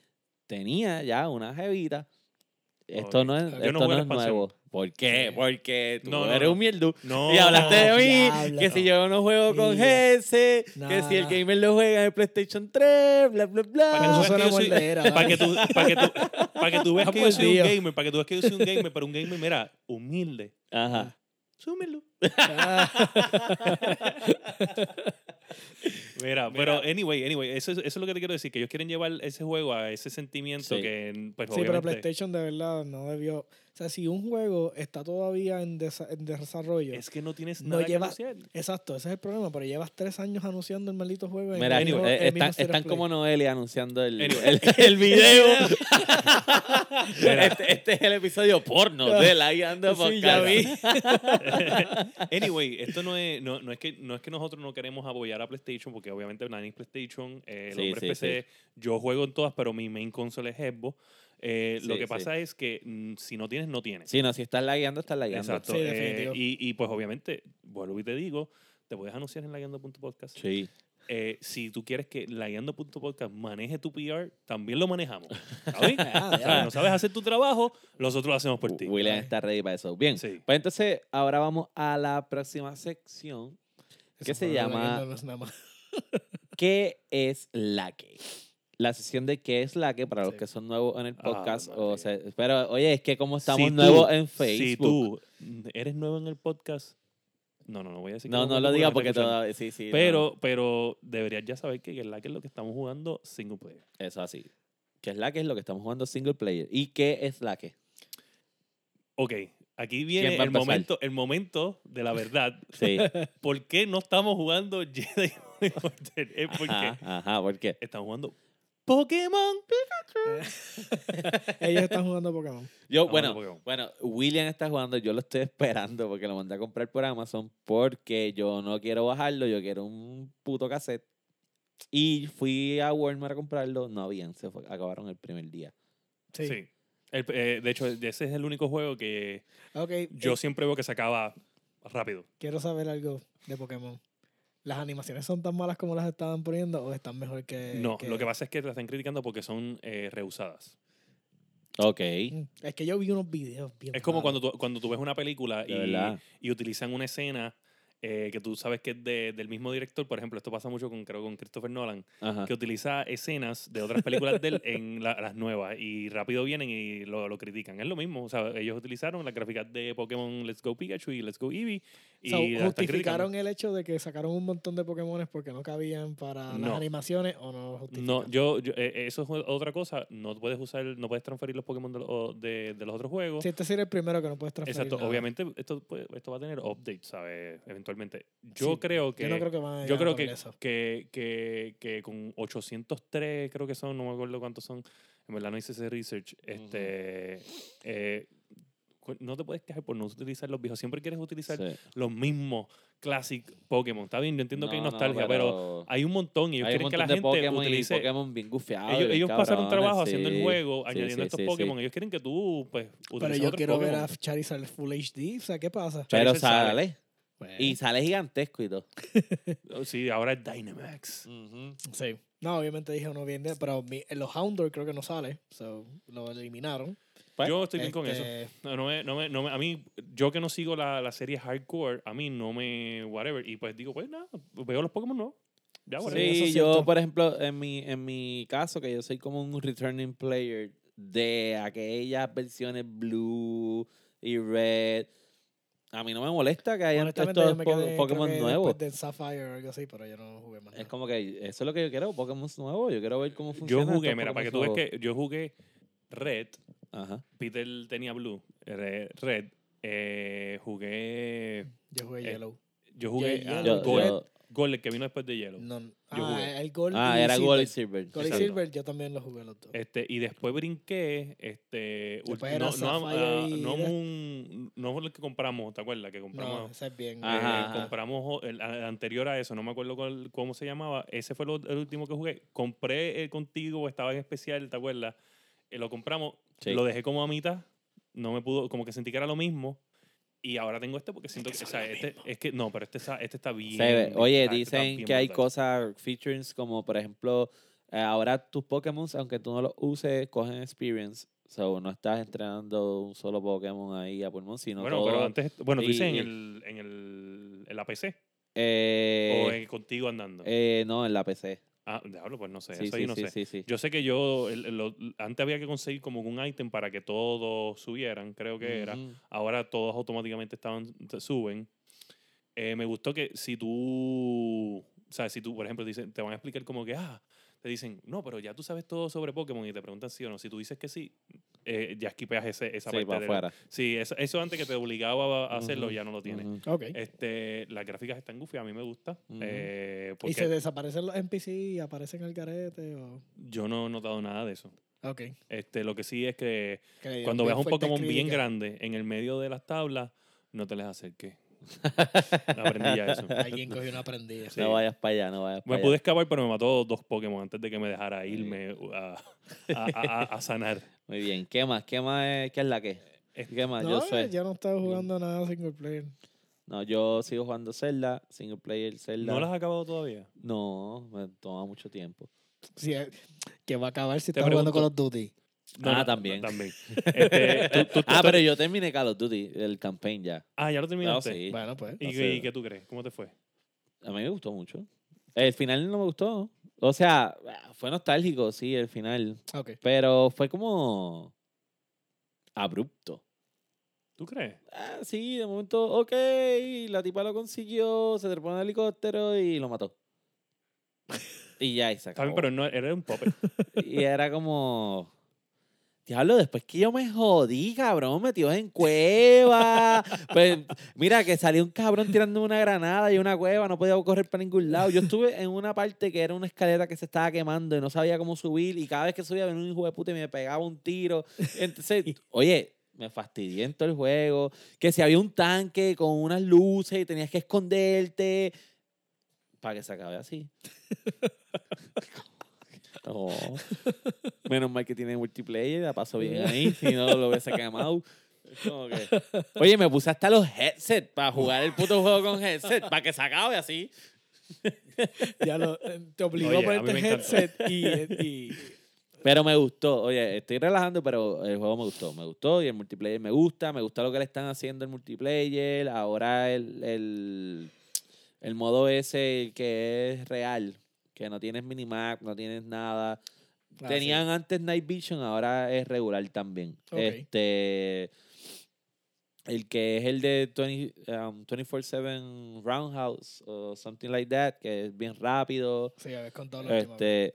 A: tenía ya una jevita. Esto
C: Ok.
A: no es,
B: Yo
C: no
A: esto
C: jugué
A: no
C: la
A: es
C: expansión.
A: nuevo. ¿Por qué? Porque tú
C: No, no,
A: eres
C: no.
A: un mierdu.
C: no.
A: Y hablaste de mí,
B: Diablo.
A: que si yo no juego con
B: Mira.
A: ese, que
B: No,
A: si el
B: no.
A: gamer lo juega en el PlayStation 3, bla, bla,
C: Para
B: Ah, Eso
A: bla.
C: que tú
B: suena
C: veas que yo soy- [LAUGHS]
B: moldera,
C: [LAUGHS] Para
B: dale.
C: que, tú, para, que tú, para
A: [LAUGHS]
C: que tú veas
B: Ah,
C: que yo
A: pues
B: por
C: soy un
B: Dios.
C: gamer, para que tú veas que yo soy un gamer, pero un gamer, mira, humilde.
A: Ajá.
C: Soy humilde.
B: Ah,
C: Mira, pero anyway, anyway, eso, es- eso es lo que te quiero decir, que ellos quieren llevar ese juego a ese sentimiento
A: Sí.
C: que, pues,
B: sí, pero
C: obviamente-
B: PlayStation de verdad no debió. O sea, si un juego está todavía en, desa- en desarrollo.
C: es que no tienes
B: No
C: nada
B: lleva-
C: que anunciar.
B: Exacto, ese es el problema, pero llevas tres años anunciando el maldito juego. en
A: Mira,
B: el mismo-
A: eh,
B: el mismo
A: están,
B: State of
A: están
B: Play.
A: como Noelia anunciando el,
C: Anyway.
A: [LAUGHS] el, el video.
C: Mira.
A: este, este es el episodio porno de La Guiando
B: Sí, ya
A: Podcast.
B: vi.
C: anyway, esto no es, no, no es que, no es que nosotros no queremos apoyar a PlayStation, porque obviamente Nani es PlayStation, eh, el
A: Sí,
C: hombre es
A: sí,
C: PC, yo juego en todas, pero mi main console es Xbox. Eh, lo
A: Sí,
C: que
A: sí.
C: pasa es que mm, si no tienes, no
A: [LAUGHS]
C: tienes.
A: Sí, no, si estás lagueando, estás lagueando.
C: Exacto.
B: Sí,
C: eh,
B: definitivo.
C: y, y, pues obviamente, vuelvo y te digo, te puedes anunciar en lagueando.podcast.
A: Sí.
C: Eh, si tú quieres que lagueando.podcast maneje tu PR, también lo manejamos.
A: [LAUGHS]
C: ¿sabes?
B: Ah,
C: O sea,
B: ya.
C: no sabes hacer tu trabajo, nosotros lo hacemos por ti.
A: William está ready para eso. Bien,
C: Sí.
A: pues entonces ahora vamos a la próxima sección. ¿Qué
B: Eso
A: se
B: fue
A: llama?
B: Orlando, no es nada más. [LAUGHS]
A: ¿Qué es la que? La sesión de ¿Qué es la que? Para los
B: Sí.
A: que son nuevos en el
C: Ah,
A: podcast. o
C: María.
A: sea, pero oye, es que como estamos
C: Si tú-
A: nuevos en
C: Si
A: Facebook.
C: tú eres nuevo en el podcast, no, no, no voy a decir que
A: No, no
C: nuevo
A: lo digas
C: la gente
A: porque
C: escuchando.
A: todavía. Sí, sí. no.
C: Pero, pero deberías ya saber que Gerlach es lo que estamos jugando single player.
A: Eso así. Que es la que es lo que estamos jugando single player. ¿Y qué es la que?
C: Ok, aquí
A: ¿Quién
C: viene
A: va a
C: el
A: empezar?
C: momento, el momento de la verdad. [LAUGHS]
A: Sí.
C: ¿Por qué no estamos jugando [LAUGHS] Jedi Order? Es porque
A: Ajá, ajá, ¿por qué?
C: estamos jugando Pokémon.
B: Ellos están jugando Pokémon.
A: Yo,
C: Estamos
A: Oh, bueno,
C: jugando Pokémon.
A: bueno, William está jugando, yo lo estoy [LAUGHS] esperando porque lo mandé a comprar por Amazon porque yo no quiero bajarlo, yo quiero un puto cassette. Y fui a Walmart a comprarlo, no habían, se fue- acabaron el primer día.
B: Sí.
C: Sí. El- eh, de hecho, ese es el único juego que
B: Ok,
C: yo
B: eh,
C: siempre veo que se acaba rápido.
B: quiero saber algo de Pokémon. ¿Las animaciones son tan malas como las estaban poniendo o están mejor eh, que.?
C: No, lo que pasa es que la están criticando porque son eh, reusadas.
A: Ok.
B: Mm, Es que yo vi unos videos bien.
C: Es como
B: malos.
C: cuando tú, cuando tú ves una película
A: De
C: y,
A: verdad.
C: y utilizan una escena eh, que tú sabes que es de- del mismo director. Por ejemplo, esto pasa mucho con, creo, con Christopher Nolan,
A: Ajá.
C: que utiliza escenas de otras películas de
A: [LAUGHS]
C: él en la- las nuevas y rápido vienen y lo, lo critican. Es lo mismo. O sea, ellos utilizaron las gráficas de Pokémon Let's Go Pikachu y Let's Go Eevee y
B: So,
C: las están criticando.
B: justificaron el hecho de que sacaron un montón de Pokémones porque no cabían para
C: No.
B: las animaciones o no lo justifican.
C: No, yo, yo- eh, eso es otra cosa. No puedes usar, no puedes transferir los Pokémon de, los- o de- de los otros juegos.
B: Si este sería el primero que no puedes transferir.
C: Exacto,
B: nada.
C: obviamente esto, puede- esto va a tener updates, ¿sabes? eventualmente. Yo
B: Sí,
C: creo que.
B: Yo no creo que van a
C: Yo
B: llegar
C: creo
B: a
C: que,
B: lograr eso.
C: que, que, que con 803, creo que son, no me acuerdo cuántos son. En verdad no hice ese research. Este, eh, cu- no te puedes quejar por no utilizar los viejos. Siempre quieres utilizar
A: Sí.
C: los mismos classic Pokémon. Está bien, yo entiendo que hay
A: No, no,
C: nostalgia, pero, hay un montón y ellos
A: hay un
C: quieren que la
A: montón de
C: gente
A: Pokémon y
C: utilice.
A: Pokémon bien gufiados.
C: ellos
A: bien
C: ellos pasaron un
A: Ah, cabrones,
C: trabajo haciendo el
A: sí.
C: juego,
A: Sí,
C: añadiendo
A: sí,
C: estos
A: sí, sí.
C: Pokémon. Ellos quieren que tú, pues,
B: Pero
C: utilices
B: yo
C: otros
B: quiero ver
C: Pokémon.
B: a Charizard Full HD, ¿sabes qué pasa? Pues,
A: Pero
C: Charizard sale. Eh.
A: sale.
B: Bueno,
A: Y sale gigantesco y todo.
C: Oh, Sí, ahora es Dynamax.
B: sí. No, obviamente dije uno bien, de- pero mi- los Houndour creo que no sale, so, lo eliminaron.
A: Pues,
C: Yo estoy bien con eso.
B: Este,
C: No, no me, no me, no me- a mí, yo que no sigo la, la serie hardcore, a mí no me, whatever. Y pues digo, pues nada, veo los Pokémon nuevos. Ya, whatever.
B: eso
A: Sí,
B: es
A: yo,
B: cierto.
A: por ejemplo, en mi, en mi caso, que yo soy como un returning player de aquellas versiones blue y red, a mí no me molesta que hayan
B: Honestamente,
A: estos
B: yo me
A: po-
B: quedé,
A: Pokémon nuevos.
B: de Sapphire o algo así, pero yo no jugué más.
A: Es
B: nada.
A: como que eso es lo que yo quiero, Pokémon nuevos. Yo quiero ver cómo
C: Yo
A: funciona.
C: jugué, mira, para que tú veas que yo jugué Red,
A: Ajá.
C: Peter tenía Blue, Red, Red, eh, jugué,
B: Yo jugué
C: eh,
B: Yellow.
C: yo jugué
B: Ye-
C: ah,
B: Yellow,
A: Yo,
C: Gold,
A: yo-
C: Gold, que vino después de Yellow.
B: No,
C: jugué.
B: ah, el Gold
A: ah,
B: y
A: era
B: Silver.
A: Gold y Silver.
B: Gold y
A: exacto.
B: Silver, yo también lo jugué los dos.
C: Este, y después brinqué, este, ul-
B: Después era
C: no, no,
B: Sapphire
C: ah,
B: y
C: no
B: Red.
C: un, no el que compramos, ¿te acuerdas? Que compramos.
B: no, ese es bien.
A: Ah, Ajá,
C: Eh,
A: ajá.
C: compramos o- el, a- anterior a eso, no me acuerdo cuál- cómo se llamaba. Ese fue lo- el último que jugué. Compré eh, contigo, estaba en especial, ¿te acuerdas? Eh, lo compramos,
A: Sí.
C: lo dejé como a mitad. No me pudo, como que sentí que era lo mismo. Y ahora tengo este porque siento que. o sea, este, es que no, pero este, está- este está bien.
A: Se ve. Oye,
C: brutal, este está
A: dicen
C: bien
A: que hay
C: brutal.
A: cosas, features como por ejemplo, eh, ahora tus Pokémon, aunque tú no los uses, cogen experience. So, no estás entrenando un solo Pokémon ahí a pulmón, sino
C: Bueno,
A: todo,
C: pero antes. Bueno, tú
A: y-
C: dices en
A: y-
C: el, en el, en la PC
A: eh,
C: o en contigo andando.
A: eh, no, en la PC.
C: ah, diablo, pues no sé.
A: Sí,
C: eso
A: sí,
C: yo no
A: sí,
C: sé.
A: sí, sí.
C: Yo sé que yo, el- el- lo- antes había que conseguir como un ítem para que todos subieran, creo que era.
A: Ujú.
C: Ahora todos automáticamente estaban, te suben. Eh, me gustó que si tú, sabes, si tú, por ejemplo, dicen, te van a explicar como que, ah, te dicen, no, pero ya tú sabes todo sobre Pokémon y te preguntan sí o no. Si tú dices que sí, eh, ya esquipeas ese, esa
A: Sí,
C: parte.
A: para
C: de-
A: afuera.
C: Sí, eso, eso antes que te obligaba a hacerlo,
A: Ujú,
C: ya no lo tienes.
A: ujú.
B: Ok.
C: Este, las gráficas están goofy, a mí me gusta.
A: Ujú.
C: eh,
B: ¿Y se
C: porque
B: desaparecen los NPC y aparecen al carete? O...
C: yo no he notado nada de eso.
B: Ok.
C: Este, lo que sí es que
B: que le dieron
C: Cuando veas un
B: fuerte
C: Pokémon bien
B: crítica.
C: grande en el medio de las tablas, no te
A: [LAUGHS]
C: les acerques. Aprendí ya eso.
B: Alguien cogió una prendida.
C: Sí.
A: No vayas para allá, no vayas para
C: Me
A: allá.
C: pude escapar, pero me mató dos Pokémon antes de que me dejara irme uh,
A: [LAUGHS]
C: a, a- a- a sanar.
A: Muy bien. ¿Qué más? ¿Qué más es, qué es la que?
C: Este-
A: ¿Qué más?
B: No,
A: Ah, yo
B: eh,
A: sé.
B: ya no estaba jugando nada single player.
A: No, yo sigo jugando Zelda, single player Zelda.
C: ¿No las has acabado todavía?
A: No, me toma mucho tiempo.
B: Sí, eh, que va a acabar si
C: Te
B: está jugando
C: pregunto.
B: Call of Duty.
C: No,
A: Ah,
C: no,
A: también. [LAUGHS]
C: También. Este, tú- tú- tú-
A: Ah,
C: tú-
A: pero yo terminé Call of Duty, el campaign ya.
C: ah, ya
A: No,
C: lo terminaste.
A: sí.
B: Bueno, pues.
C: ¿Y,
A: no
C: y
A: sé.
C: qué tú crees? ¿Cómo te fue?
A: A mí me gustó mucho. El final no me gustó. O sea, fue nostálgico, sí, el final.
B: Ok.
A: Pero fue como abrupto.
C: ¿Tú crees?
A: Ah, sí, de momento, ok, la tipa lo consiguió, se trepó en el helicóptero y lo
C: [LAUGHS]
A: mató. Y ya, y se
C: Está bien,
A: acabó.
C: pero no, eres un [LAUGHS] popper.
A: Y era como. Diablo, después que yo me jodí, cabrón, metido en cueva. Pues, mira, que salió un cabrón tirando una granada y una cueva, no podía correr para ningún lado. Yo estuve en una parte que era una escalera que se estaba quemando y no sabía cómo subir. Y cada vez que subía venía un hijo de puta y me pegaba un tiro. Entonces, oye, me fastidié en todo el juego. Que si había un tanque con unas luces y tenías que esconderte. Para que se acabe así. No. Menos mal que tiene multiplayer, la paso bien ahí, si no lo hubiese quemado. Es como que- Oye, me puse hasta los headsets para jugar el puto juego con headset, para que se acabe así.
B: Ya lo, eh, te obligó
C: Oye, a
B: a ponerte
C: mí
B: el
C: me encantó.
B: headset y, eh, y-
A: Pero me gustó, oye, estoy relajando, pero el juego me gustó, me gustó y el multiplayer me gusta, me gusta lo que le están haciendo el multiplayer, ahora el, el, el modo ese que es real, que no tienes minimap, no tienes nada,
B: Ah,
A: Tenían antes Night Vision, ahora es regular también.
B: Ok.
A: Este. El que es el de 20, um, 24-7 Roundhouse o something like that, que es bien rápido.
B: sí. Sí, habías contado la última vez.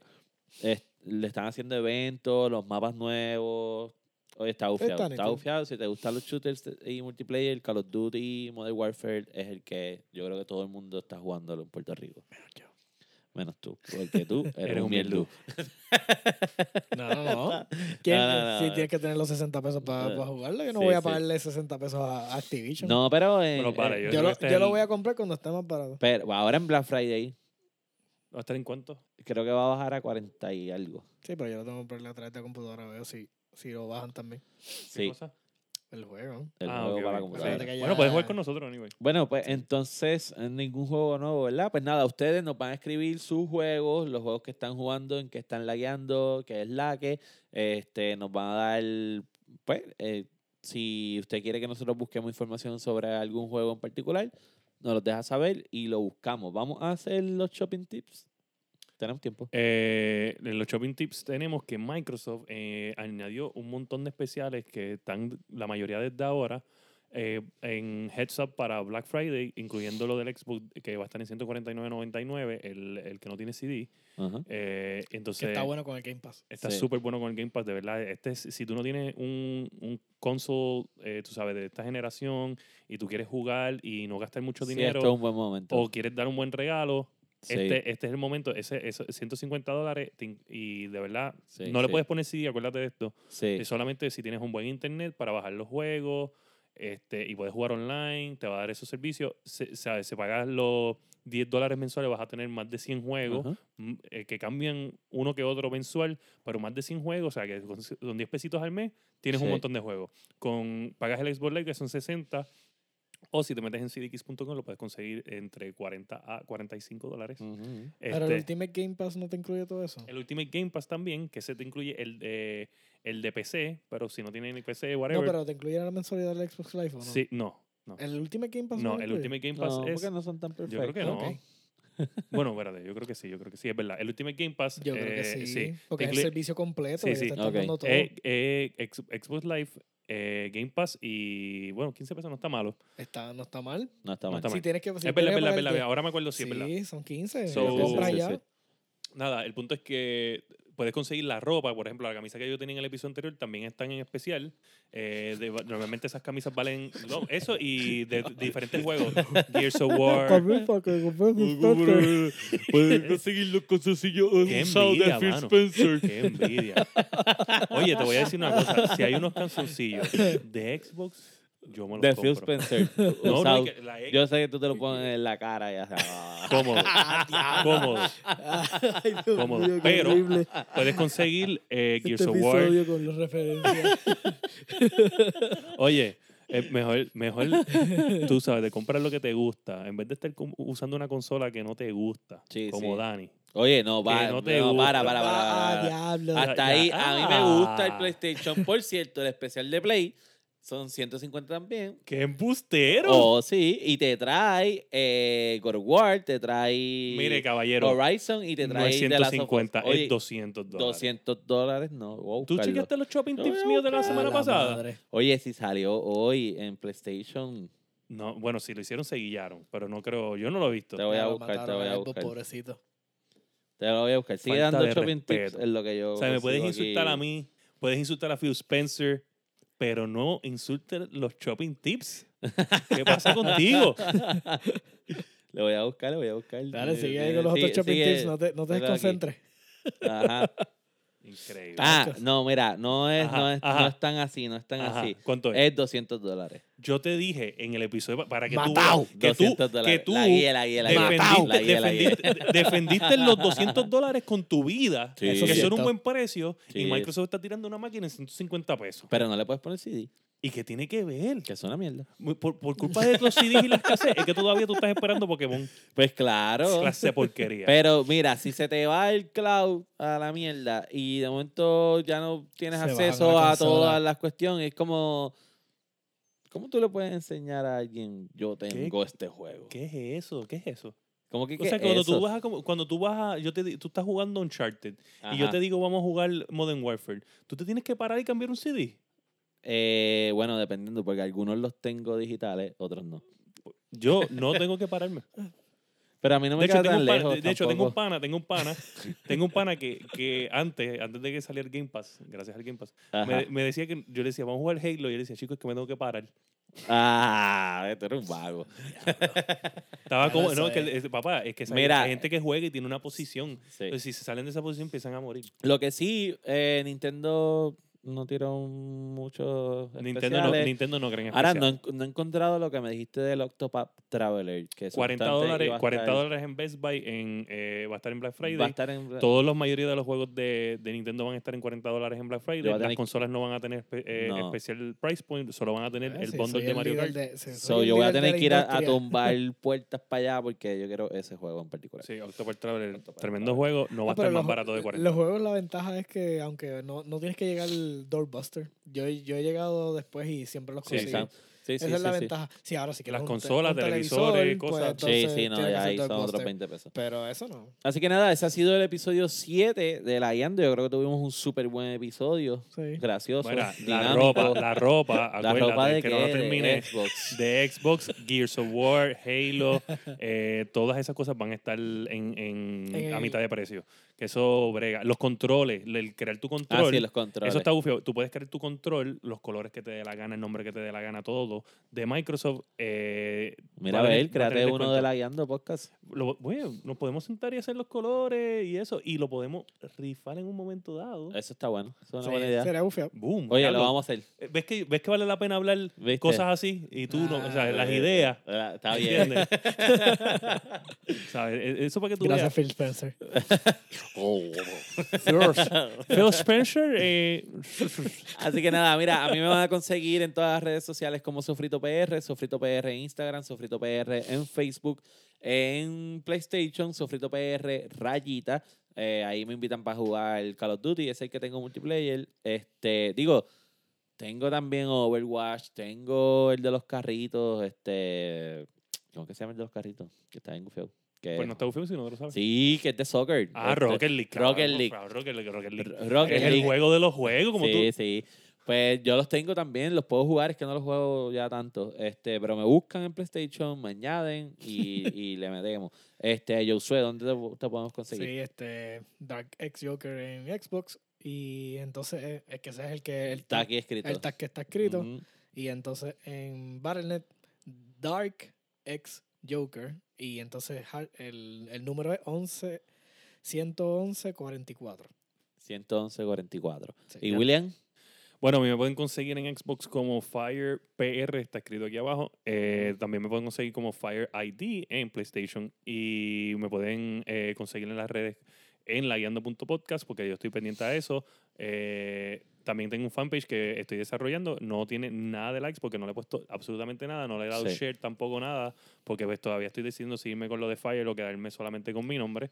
A: Este, es- le están haciendo eventos, los mapas nuevos. Oye, está bufiado.
B: Está
A: Está,
B: nítido.
A: bufiado. Si te gustan los shooters y multiplayer, el Call of Duty Modern Warfare es el que yo creo que todo el mundo está jugándolo en Puerto Rico. Menos
B: yo.
A: Menos tú, porque [LAUGHS] tú eres,
C: Eres
A: un
C: un
A: mierdu.
B: No, no, no. ¿Quién-
A: No, no, no,
B: si
A: no.
B: tienes que tener los 60 pesos para
A: Eh,
B: jugarlo, yo no
A: sí,
B: voy a
A: sí.
B: pagarle 60 pesos a Activision.
A: No, pero... eh,
C: Pero para,
A: eh,
C: yo-
B: yo, lo,
C: creo que
B: yo lo
C: el-
B: voy a comprar cuando esté más barato.
A: pero ahora en Black Friday
C: ¿Va a estar en cuánto?
A: creo que va a bajar a 40 y algo.
B: Sí, pero yo lo tengo que comprarle a través de la computadora, veo si, si lo bajan también.
C: ¿Qué
A: Sí,
C: cosa?
B: El juego.
A: el
C: Ah,
A: juego
C: ok,
A: para
C: ok.
A: computadora.
B: Acuérdate que
C: Bueno,
B: ya-
C: puedes jugar con nosotros, anyway.
A: Bueno, pues entonces eh, ningún juego nuevo, ¿verdad? Pues nada, ustedes nos van a escribir sus juegos, los juegos que están jugando, en qué están lagueando, qué es la que. Este, nos van a dar, pues, eh, si usted quiere que nosotros busquemos información sobre algún juego en particular, nos lo deja saber y lo buscamos. Vamos a hacer los shopping tips. Tenemos tiempo.
C: Eh, en los shopping tips tenemos que Microsoft eh, añadió un montón de especiales que están la mayoría desde ahora eh, en heads up para Black Friday, incluyendo lo del Xbox que va a estar en 149.99, el, el que no tiene CD.
A: Ajá.
C: Eh,
B: Que
C: entonces
B: está bueno con el Game Pass.
C: está
A: Sí.
C: súper bueno con el Game Pass, de verdad. Este es- si tú no tienes un, un console, eh, tú sabes, de esta generación y tú quieres jugar y no gastar mucho
A: Sí,
C: dinero
A: esto es un buen momento.
C: o quieres dar un buen regalo,
A: Sí.
C: este, este es el momento, ese, ese 150 dólares te in- y de verdad,
A: Sí,
C: no le
A: sí.
C: puedes poner CD, acuérdate de esto.
A: sí.
C: Es solamente si tienes un buen internet para bajar los juegos este, y puedes jugar online, te va a dar esos servicios. Se, se, se pagas los 10 dólares mensuales, vas a tener más de 100 juegos
A: Ajá.
C: mm, eh, que cambian uno que otro mensual, pero más de 100 juegos, o sea que con, c- con 10 pesitos al mes tienes un
A: Sí.
C: montón de juegos. Con, pagas el Xbox Live que son 60, o si te metes en cdx.com lo puedes conseguir entre 40 a 45 dólares.
A: Ujú.
B: Pero el
C: Este,
B: Ultimate Game Pass no te incluye todo eso.
C: el Ultimate Game Pass también, que se te incluye el de, el de PC, pero si no tienen el PC,
B: No,
C: whatever.
B: pero te incluye la mensualidad del Xbox Live o no. Eh, pues
C: Sí, no. No,
B: El Ultimate Game Pass
C: No,
B: lo
C: el
B: incluye?
C: Ultimate Game Pass
A: No,
C: es.
A: porque no son tan
C: Yo creo
A: perfectos.
C: que no.
B: Ok.
C: [LAUGHS] Bueno, espérate, yo creo que sí, yo creo que sí, es verdad. El Ultimate Game Pass.
B: Yo creo que
C: eh,
B: sí,
C: te
B: Porque es el
C: incluye-
B: servicio completo.
C: Sí,
B: ya
C: sí.
B: te están
A: Ok.
B: dando todo.
C: eh, eh, ex- Xbox Live, eh, Game Pass y. Bueno, 15 pesos no está malo.
B: Está, no está mal.
A: No está
C: No
A: mal.
C: está mal.
B: Si tienes que. si
C: es
B: tienes
C: verdad,
B: que
C: es verdad,
B: pagar
C: es verdad.
B: diez-
C: Ahora me acuerdo, sí,
B: Sí,
C: es verdad.
B: son 15.
C: So-
B: lo compras
C: Sí, sí,
B: ya.
A: sí.
C: Nada, el punto es que puedes conseguir la ropa, por ejemplo, la camisa que yo tenía en el episodio anterior también están en especial. Eh, de- normalmente esas camisas valen no, eso y
A: [LAUGHS]
C: de, de diferentes juegos. Gears of War.
D: Puedes
C: [LAUGHS]
D: conseguir los consejillos
C: Qué
D: usados de
C: envidia,
D: Phil
C: mano.
D: Spencer.
C: Qué envidia. Oye, te voy a decir una cosa. Si hay unos canzoncillos de Xbox, yo me los
A: De
C: compro.
A: Phil Spencer.
C: [LAUGHS] No, no,
A: usado.
C: es que la X-
A: Yo sé que tú te lo pones en la cara ah. y
C: [LAUGHS]
A: así. [LAUGHS]
C: Cómodo. Cómodo.
B: [LAUGHS] Ay, Dios
C: Cómodo.
B: mío, qué
C: Pero-
B: horrible
C: Puedes conseguir eh,
B: este
C: Gears of War.
B: episodio con las
C: [LAUGHS]
B: referencias.
C: Oye, eh, mejor, mejor tú sabes, de comprar lo que te gusta, en vez de estar com- usando una consola que no te gusta,
A: Sí,
C: como
A: sí.
C: Dani.
A: Oye, no, va,
C: Que
A: no,
C: no te gusta.
A: para, para, para.
B: Ah,
A: para, para.
B: diablo.
A: Hasta
C: ya.
A: ahí, a mí me gusta el
C: Ah.
A: PlayStation. Por cierto, el especial de Play son 150 también.
C: ¡Qué embustero!
A: Oh, sí, y te trae eh, God of War, te trae
C: Mire, caballero,
A: Horizon y te
C: no
A: trae
C: es
A: de la
C: 150,
A: Oye,
C: es 200 dólares.
A: 200 dólares, no. voy a
C: ¿Tú
A: buscarlo.
C: chequeaste los shopping
A: Yo
C: tips
A: voy a
C: míos de la
A: buscar.
C: semana
B: La
C: pasada?
B: madre.
A: Oye, si salió hoy en PlayStation,
C: No, bueno, si lo hicieron, se guiaron, pero no creo, yo no lo he visto.
A: te voy a
B: Ya lo
A: buscar, te
B: mataron
A: voy a
B: al Xbox,
A: buscar.
B: Pobrecito.
A: Te lo voy a buscar. Sigue
C: Falta
A: dando
C: de
A: shopping tips
C: respeto.
A: en lo que yo.
C: O sea, me puedes
A: consigo
C: insultar
A: aquí.
C: a mí, puedes insultar a Phil Spencer, pero no insultes los shopping tips. ¿Qué pasa contigo?
A: [LAUGHS] Le voy a buscar, le voy a buscar.
B: Dale,
A: Eh,
B: sigue
A: eh,
B: ahí con los
A: sigue,
B: otros shopping
A: sigue.
B: tips. No te, no te
A: Míralo aquí.
B: desconcentres. [LAUGHS]
A: Ajá.
C: Increíble.
A: Ah,
B: Muchas.
A: no, mira, no es,
C: Ajá,
A: no es, no
C: ajá.
A: es tan así, no es tan
C: Ajá,
A: así.
C: ¿Cuánto es?
A: Es 200 dólares.
C: Yo te dije en el episodio pa- para que tú
B: Matao.
C: veas que tú,
A: 200 dólares.
C: que tú
A: la guía, la guía, la guía.
C: defendiste,
A: La guía, la guía.
C: defendiste- defendiste los 200 dólares con tu vida,
A: Sí.
C: que son
B: Cierto.
C: un buen precio,
A: Sí.
C: y Microsoft está tirando una máquina en 150 pesos.
A: Pero no le puedes poner CD,
C: ¿Y qué tiene que ver?
A: que es una mierda.
C: Por, por culpa de los CDs y las cassettes, es que todavía tú estás
A: [LAUGHS]
C: esperando Pokémon.
A: Pues claro.
C: Clase de porquería.
A: Pero mira, si se te va el cloud a la mierda y de momento ya no tienes
B: Se baja
A: acceso
B: la
A: a
B: consola.
A: todas las cuestiones, es como... ¿Cómo tú le puedes enseñar a alguien, yo tengo este juego?
C: ¿Qué es eso? ¿Qué es eso?
A: Como que,
C: O
A: ¿qué
C: sea,
A: es
C: cuando tú
A: eso?
C: vas a, como- cuando tú vas a- yo te, di- tú estás jugando Uncharted y yo
A: Ajá.
C: te digo vamos a jugar Modern Warfare, tú te tienes que parar y cambiar un CD.
A: Eh, bueno, dependiendo, porque algunos los tengo digitales, otros no.
C: Yo no tengo que pararme.
A: Pero a mí no
C: de
A: me
C: hecho,
A: queda
C: tengo
A: tan
C: un pana,
A: lejos.
C: de hecho, tengo un
A: tampoco.
C: pana, tengo un pana,
A: [LAUGHS]
C: tengo un pana que, que antes, antes de que saliera el Game Pass, gracias al Game Pass,
A: Ajá.
C: me, me decía que yo le decía, vamos a jugar Halo, y él decía, chicos, es que me tengo que parar.
A: Ah, tú eres un vago.
C: Estaba
B: Claro,
C: como,
B: eso
C: no, que
B: es.
C: el- el- papá, es que esa-
A: Mira.
C: hay gente que juega y tiene una posición.
A: Sí.
C: Entonces, si se salen de esa posición, empiezan a morir.
A: Lo que sí, eh, Nintendo no tiró muchos
C: Nintendo no,
A: especiales.
C: Nintendo no creen en
A: Ahora no,
C: especial.
A: he- no he encontrado lo que me dijiste del Octopath Traveler. Que supuestamente
C: 40 dólares,
A: iba a
C: 40
A: estar-
C: dólares en Best Buy, en, eh, va a estar en Black Friday.
A: Va a estar en...
C: Todos los mayoría de los juegos de, de Nintendo van a estar en 40 dólares en Black Friday.
A: Yo voy a
C: Las
A: tener que-
C: consolas no van a tener espe- eh,
A: No.
C: especial price point, solo van a tener
B: Ah,
C: el
B: sí,
C: bundle
B: soy
C: de
B: el
C: Mario
B: líder
C: Kart.
B: de- sí, soy
A: So,
B: el
A: yo voy a
B: líder de
A: tener
B: la
A: que ir a, a
B: industria.
A: tumbar
B: [LAUGHS]
A: puertas para allá porque yo quiero ese juego en particular.
C: Sí, Octopath Traveler,
A: Octopath
C: tremendo juego, no va a
B: Ah, pero
C: estar más
B: los-
C: barato de 40.
B: Los juegos, la ventaja es que, aunque no, no tienes que llegar al Doorbuster, yo, yo he llegado después y siempre los
C: Sí,
A: Sí,
B: consigo.
A: Sam. sí, sí,
B: Esa es la
A: sí, sí.
B: ventaja. Sí, ahora sí que
C: Las consolas, televisores,
B: pues
C: cosas.
A: Sí, sí, no, ya ahí son otros 20 pesos.
B: Pero eso no.
A: Así que nada, ese ha sido el episodio 7 de La Yando. Yo creo que tuvimos un súper buen episodio.
B: Sí.
A: Gracioso.
C: Mira, la
A: dinámico.
C: ropa, la ropa,
A: La
C: acuérdate
A: ropa de
C: que no lo
A: qué? De
C: termine.
A: Xbox.
C: De Xbox, Gears of War, Halo, eh, todas esas cosas van a estar en, en-
A: Eh.
B: En
C: a
B: el-
C: mitad de precio. Que eso brega. Los controles, el crear tu
A: Ah,
C: control.
A: sí, los controles.
C: Eso está bufio. Tú puedes crear tu control, los colores que te dé la gana, el nombre que te dé la gana, todo de Microsoft. eh,
A: Mira,
C: va
A: a
C: a tener-
A: ver,
C: va a tener
A: créate uno de
C: descuento.
A: La Yando Podcast.
C: Lo- bueno, nos podemos sentar y hacer los colores y eso. Y lo podemos rifar en un momento dado.
A: Eso está bueno. Eso es una
B: Sí,
A: buena idea.
B: Será bufiado.
C: Boom.
A: Eh, Oye,
C: Carlos,
A: lo vamos a hacer.
C: eh, ¿Ves que, ¿Ves que vale la pena hablar
A: ¿Viste?
C: cosas así? Y tú, no, o sea,
B: Ah,
C: las
A: Eh,
C: ideas.
A: eh, Está bien. [LAUGHS]
C: ¿Entiendes? ¿Sabes? E- Eso para que tú
B: Gracias, Phil Spencer.
A: Oh,
C: veas. Phil Spencer, eh,
A: Así que nada, mira, a mí me van a conseguir en todas las redes sociales como Sofrito PR, Sofrito PR en Instagram, Sofrito PR en Facebook, en PlayStation, Sofrito PR rayita. Eh, ahí me invitan para jugar el Call of Duty, ese que tengo multiplayer. Este, digo, tengo también Overwatch, tengo el de los carritos, este, ¿cómo que se llama el de los carritos? Que está en Gufeo. Que,
C: pues no está bufio si no te lo sabes.
A: Eh, sí, que es de soccer.
C: Ah,
A: Este,
C: Rocket League. claro,
A: Rocket
C: por
A: League.
C: favor, Rocket League. Rocket League.
A: R- Rocket
C: es el
A: League.
C: juego de los juegos, como
A: sí, sí. Pues yo los tengo también, los puedo jugar, es que no los juego ya tanto. Este, pero me buscan en PlayStation, me añaden
B: [LAUGHS]
A: y, y le metemos. Este, Josué, ¿dónde te, te podemos
B: Sí.
A: conseguir?
B: este Dark X Joker en Xbox. Y entonces, eh, es que ese es el que el
A: Está
B: tag,
A: aquí escrito.
B: el tag que está escrito.
A: Ujú.
B: Y entonces en Battle.net, Dark X Joker. Y entonces har- el, el número es 11, 111 44.
A: 111 44.
B: Sí,
A: ¿Y
B: ya.
A: William?
C: Bueno, a mí me pueden conseguir en Xbox como Fire PR, está escrito aquí abajo. Eh, también me pueden conseguir como Fire ID en PlayStation y me pueden eh, conseguir en las redes en laguiando.podcast porque yo estoy pendiente a eso. Eh, también tengo un fanpage que estoy desarrollando, no tiene nada de likes porque no le he puesto absolutamente nada, no le he dado
A: Sí.
C: share tampoco nada, porque pues todavía estoy decidiendo si irme con lo de Fire o quedarme solamente con mi nombre.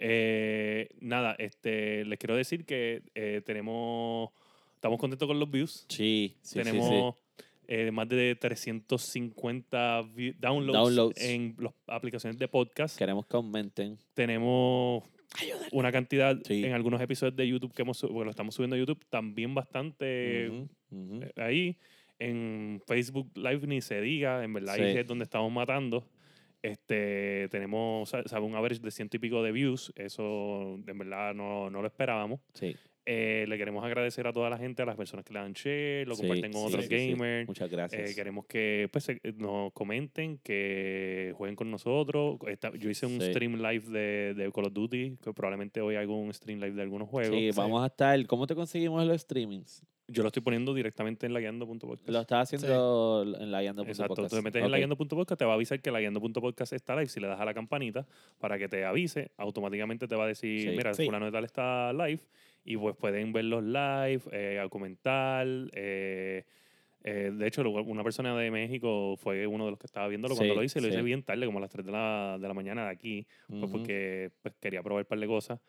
C: Eh, nada, este, les quiero decir que eh, tenemos, estamos contentos con los views.
A: Sí, sí,
C: tenemos eh, más de 350 vi- downloads,
A: Downloads.
C: en las aplicaciones de podcast.
A: Queremos que aumenten.
C: Tenemos una cantidad
A: Sí.
C: en algunos episodios de YouTube que hemos, sub- porque lo estamos subiendo a YouTube también bastante
A: Ujú, ujú.
C: eh, ahí. En Facebook Live ni se diga, en verdad ahí
A: Sí.
C: es donde estamos matando. Este, tenemos sa- sabe, un average de ciento y pico de views, eso en verdad no, no lo esperábamos.
A: Sí,
C: Eh, le queremos agradecer a toda la gente, a las personas que le dan share, lo
A: sí,
C: comparten con
A: sí,
C: otros
A: sí, sí.
C: gamers.
A: Muchas
C: Eh,
A: gracias.
C: queremos que pues, se- nos comenten, que jueguen con nosotros. Esta- yo hice un
A: Sí.
C: stream live de, de Call of Duty, que probablemente hoy hago un stream live de algunos juegos.
A: sí, vamos a estar. ¿Cómo te conseguimos en los streamings?
C: Yo lo estoy poniendo directamente en lagueando.podcast.
A: Lo estás haciendo en la guiando.
C: Exacto, tú te metes en laguiando.podcast, te va a avisar que laguiando.podcast está live. Si le das a la campanita para que te avise, automáticamente te va a decir,
A: Sí.
C: mira,
B: Sí.
C: fulano de tal está live. Y pues pueden ver los live, eh, a comentar. eh, eh, de hecho, luego una persona de México fue uno de los que estaba viéndolo cuando
A: Sí,
C: lo hice. Lo
A: sí.
C: hice bien tarde, como a las 3 de la, de la mañana de aquí, pues porque pues, quería probar un par de cosas.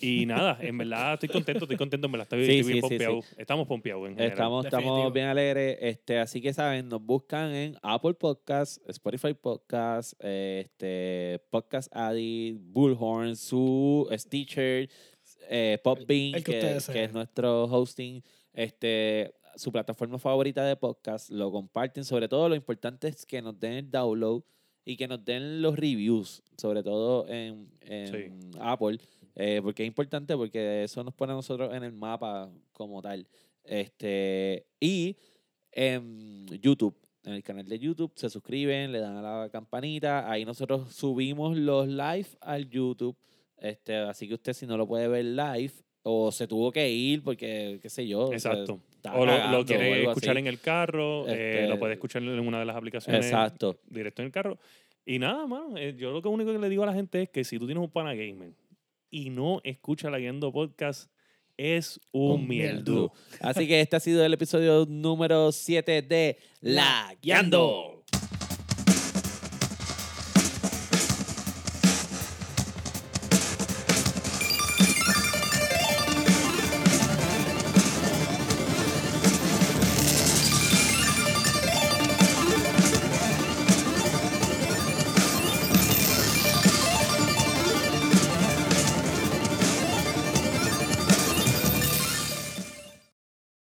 C: Y nada, en verdad estoy contento, estoy contento, en verdad estoy,
A: Sí,
C: estoy bien
A: sí, sí, sí.
C: pompeado. Estamos pompeados en general.
A: Estamos, estamos
B: Definitivo.
A: bien alegres. Este, así que saben, nos buscan en Apple Podcasts, Spotify Podcasts, eh, este, Podcast Addict, Bullhorn, su Stitcher, eh, Popbean,
B: el que
A: que,
B: ustedes
A: que es
B: sean.
A: nuestro hosting. Este, su plataforma favorita de podcast, lo comparten. Sobre todo, lo importante es que nos den el download y que nos den los reviews, sobre todo en, en Apple, eh, porque es importante porque eso nos pone a nosotros en el mapa como tal. Este, y en YouTube, en el canal de YouTube, se suscriben, le dan a la campanita, ahí nosotros subimos los live al YouTube, este, así que usted si no lo puede ver live o se tuvo que ir porque, qué sé yo, o sea,
C: Exacto.
A: está
C: O lo,
A: cagando
C: lo quiere
A: algo
C: escuchar
A: así.
C: en el carro, eh,
A: Este,
C: lo puede escuchar en una de las aplicaciones
A: Exacto.
C: directo en el carro. Y nada, mano, eh, yo lo que único que le digo a la gente es que si tú tienes un pana gamer y no escucha la Guiando Podcast, es un,
B: Un
C: mierdu.
A: Así que este ha sido el episodio número 7 de La Guiando.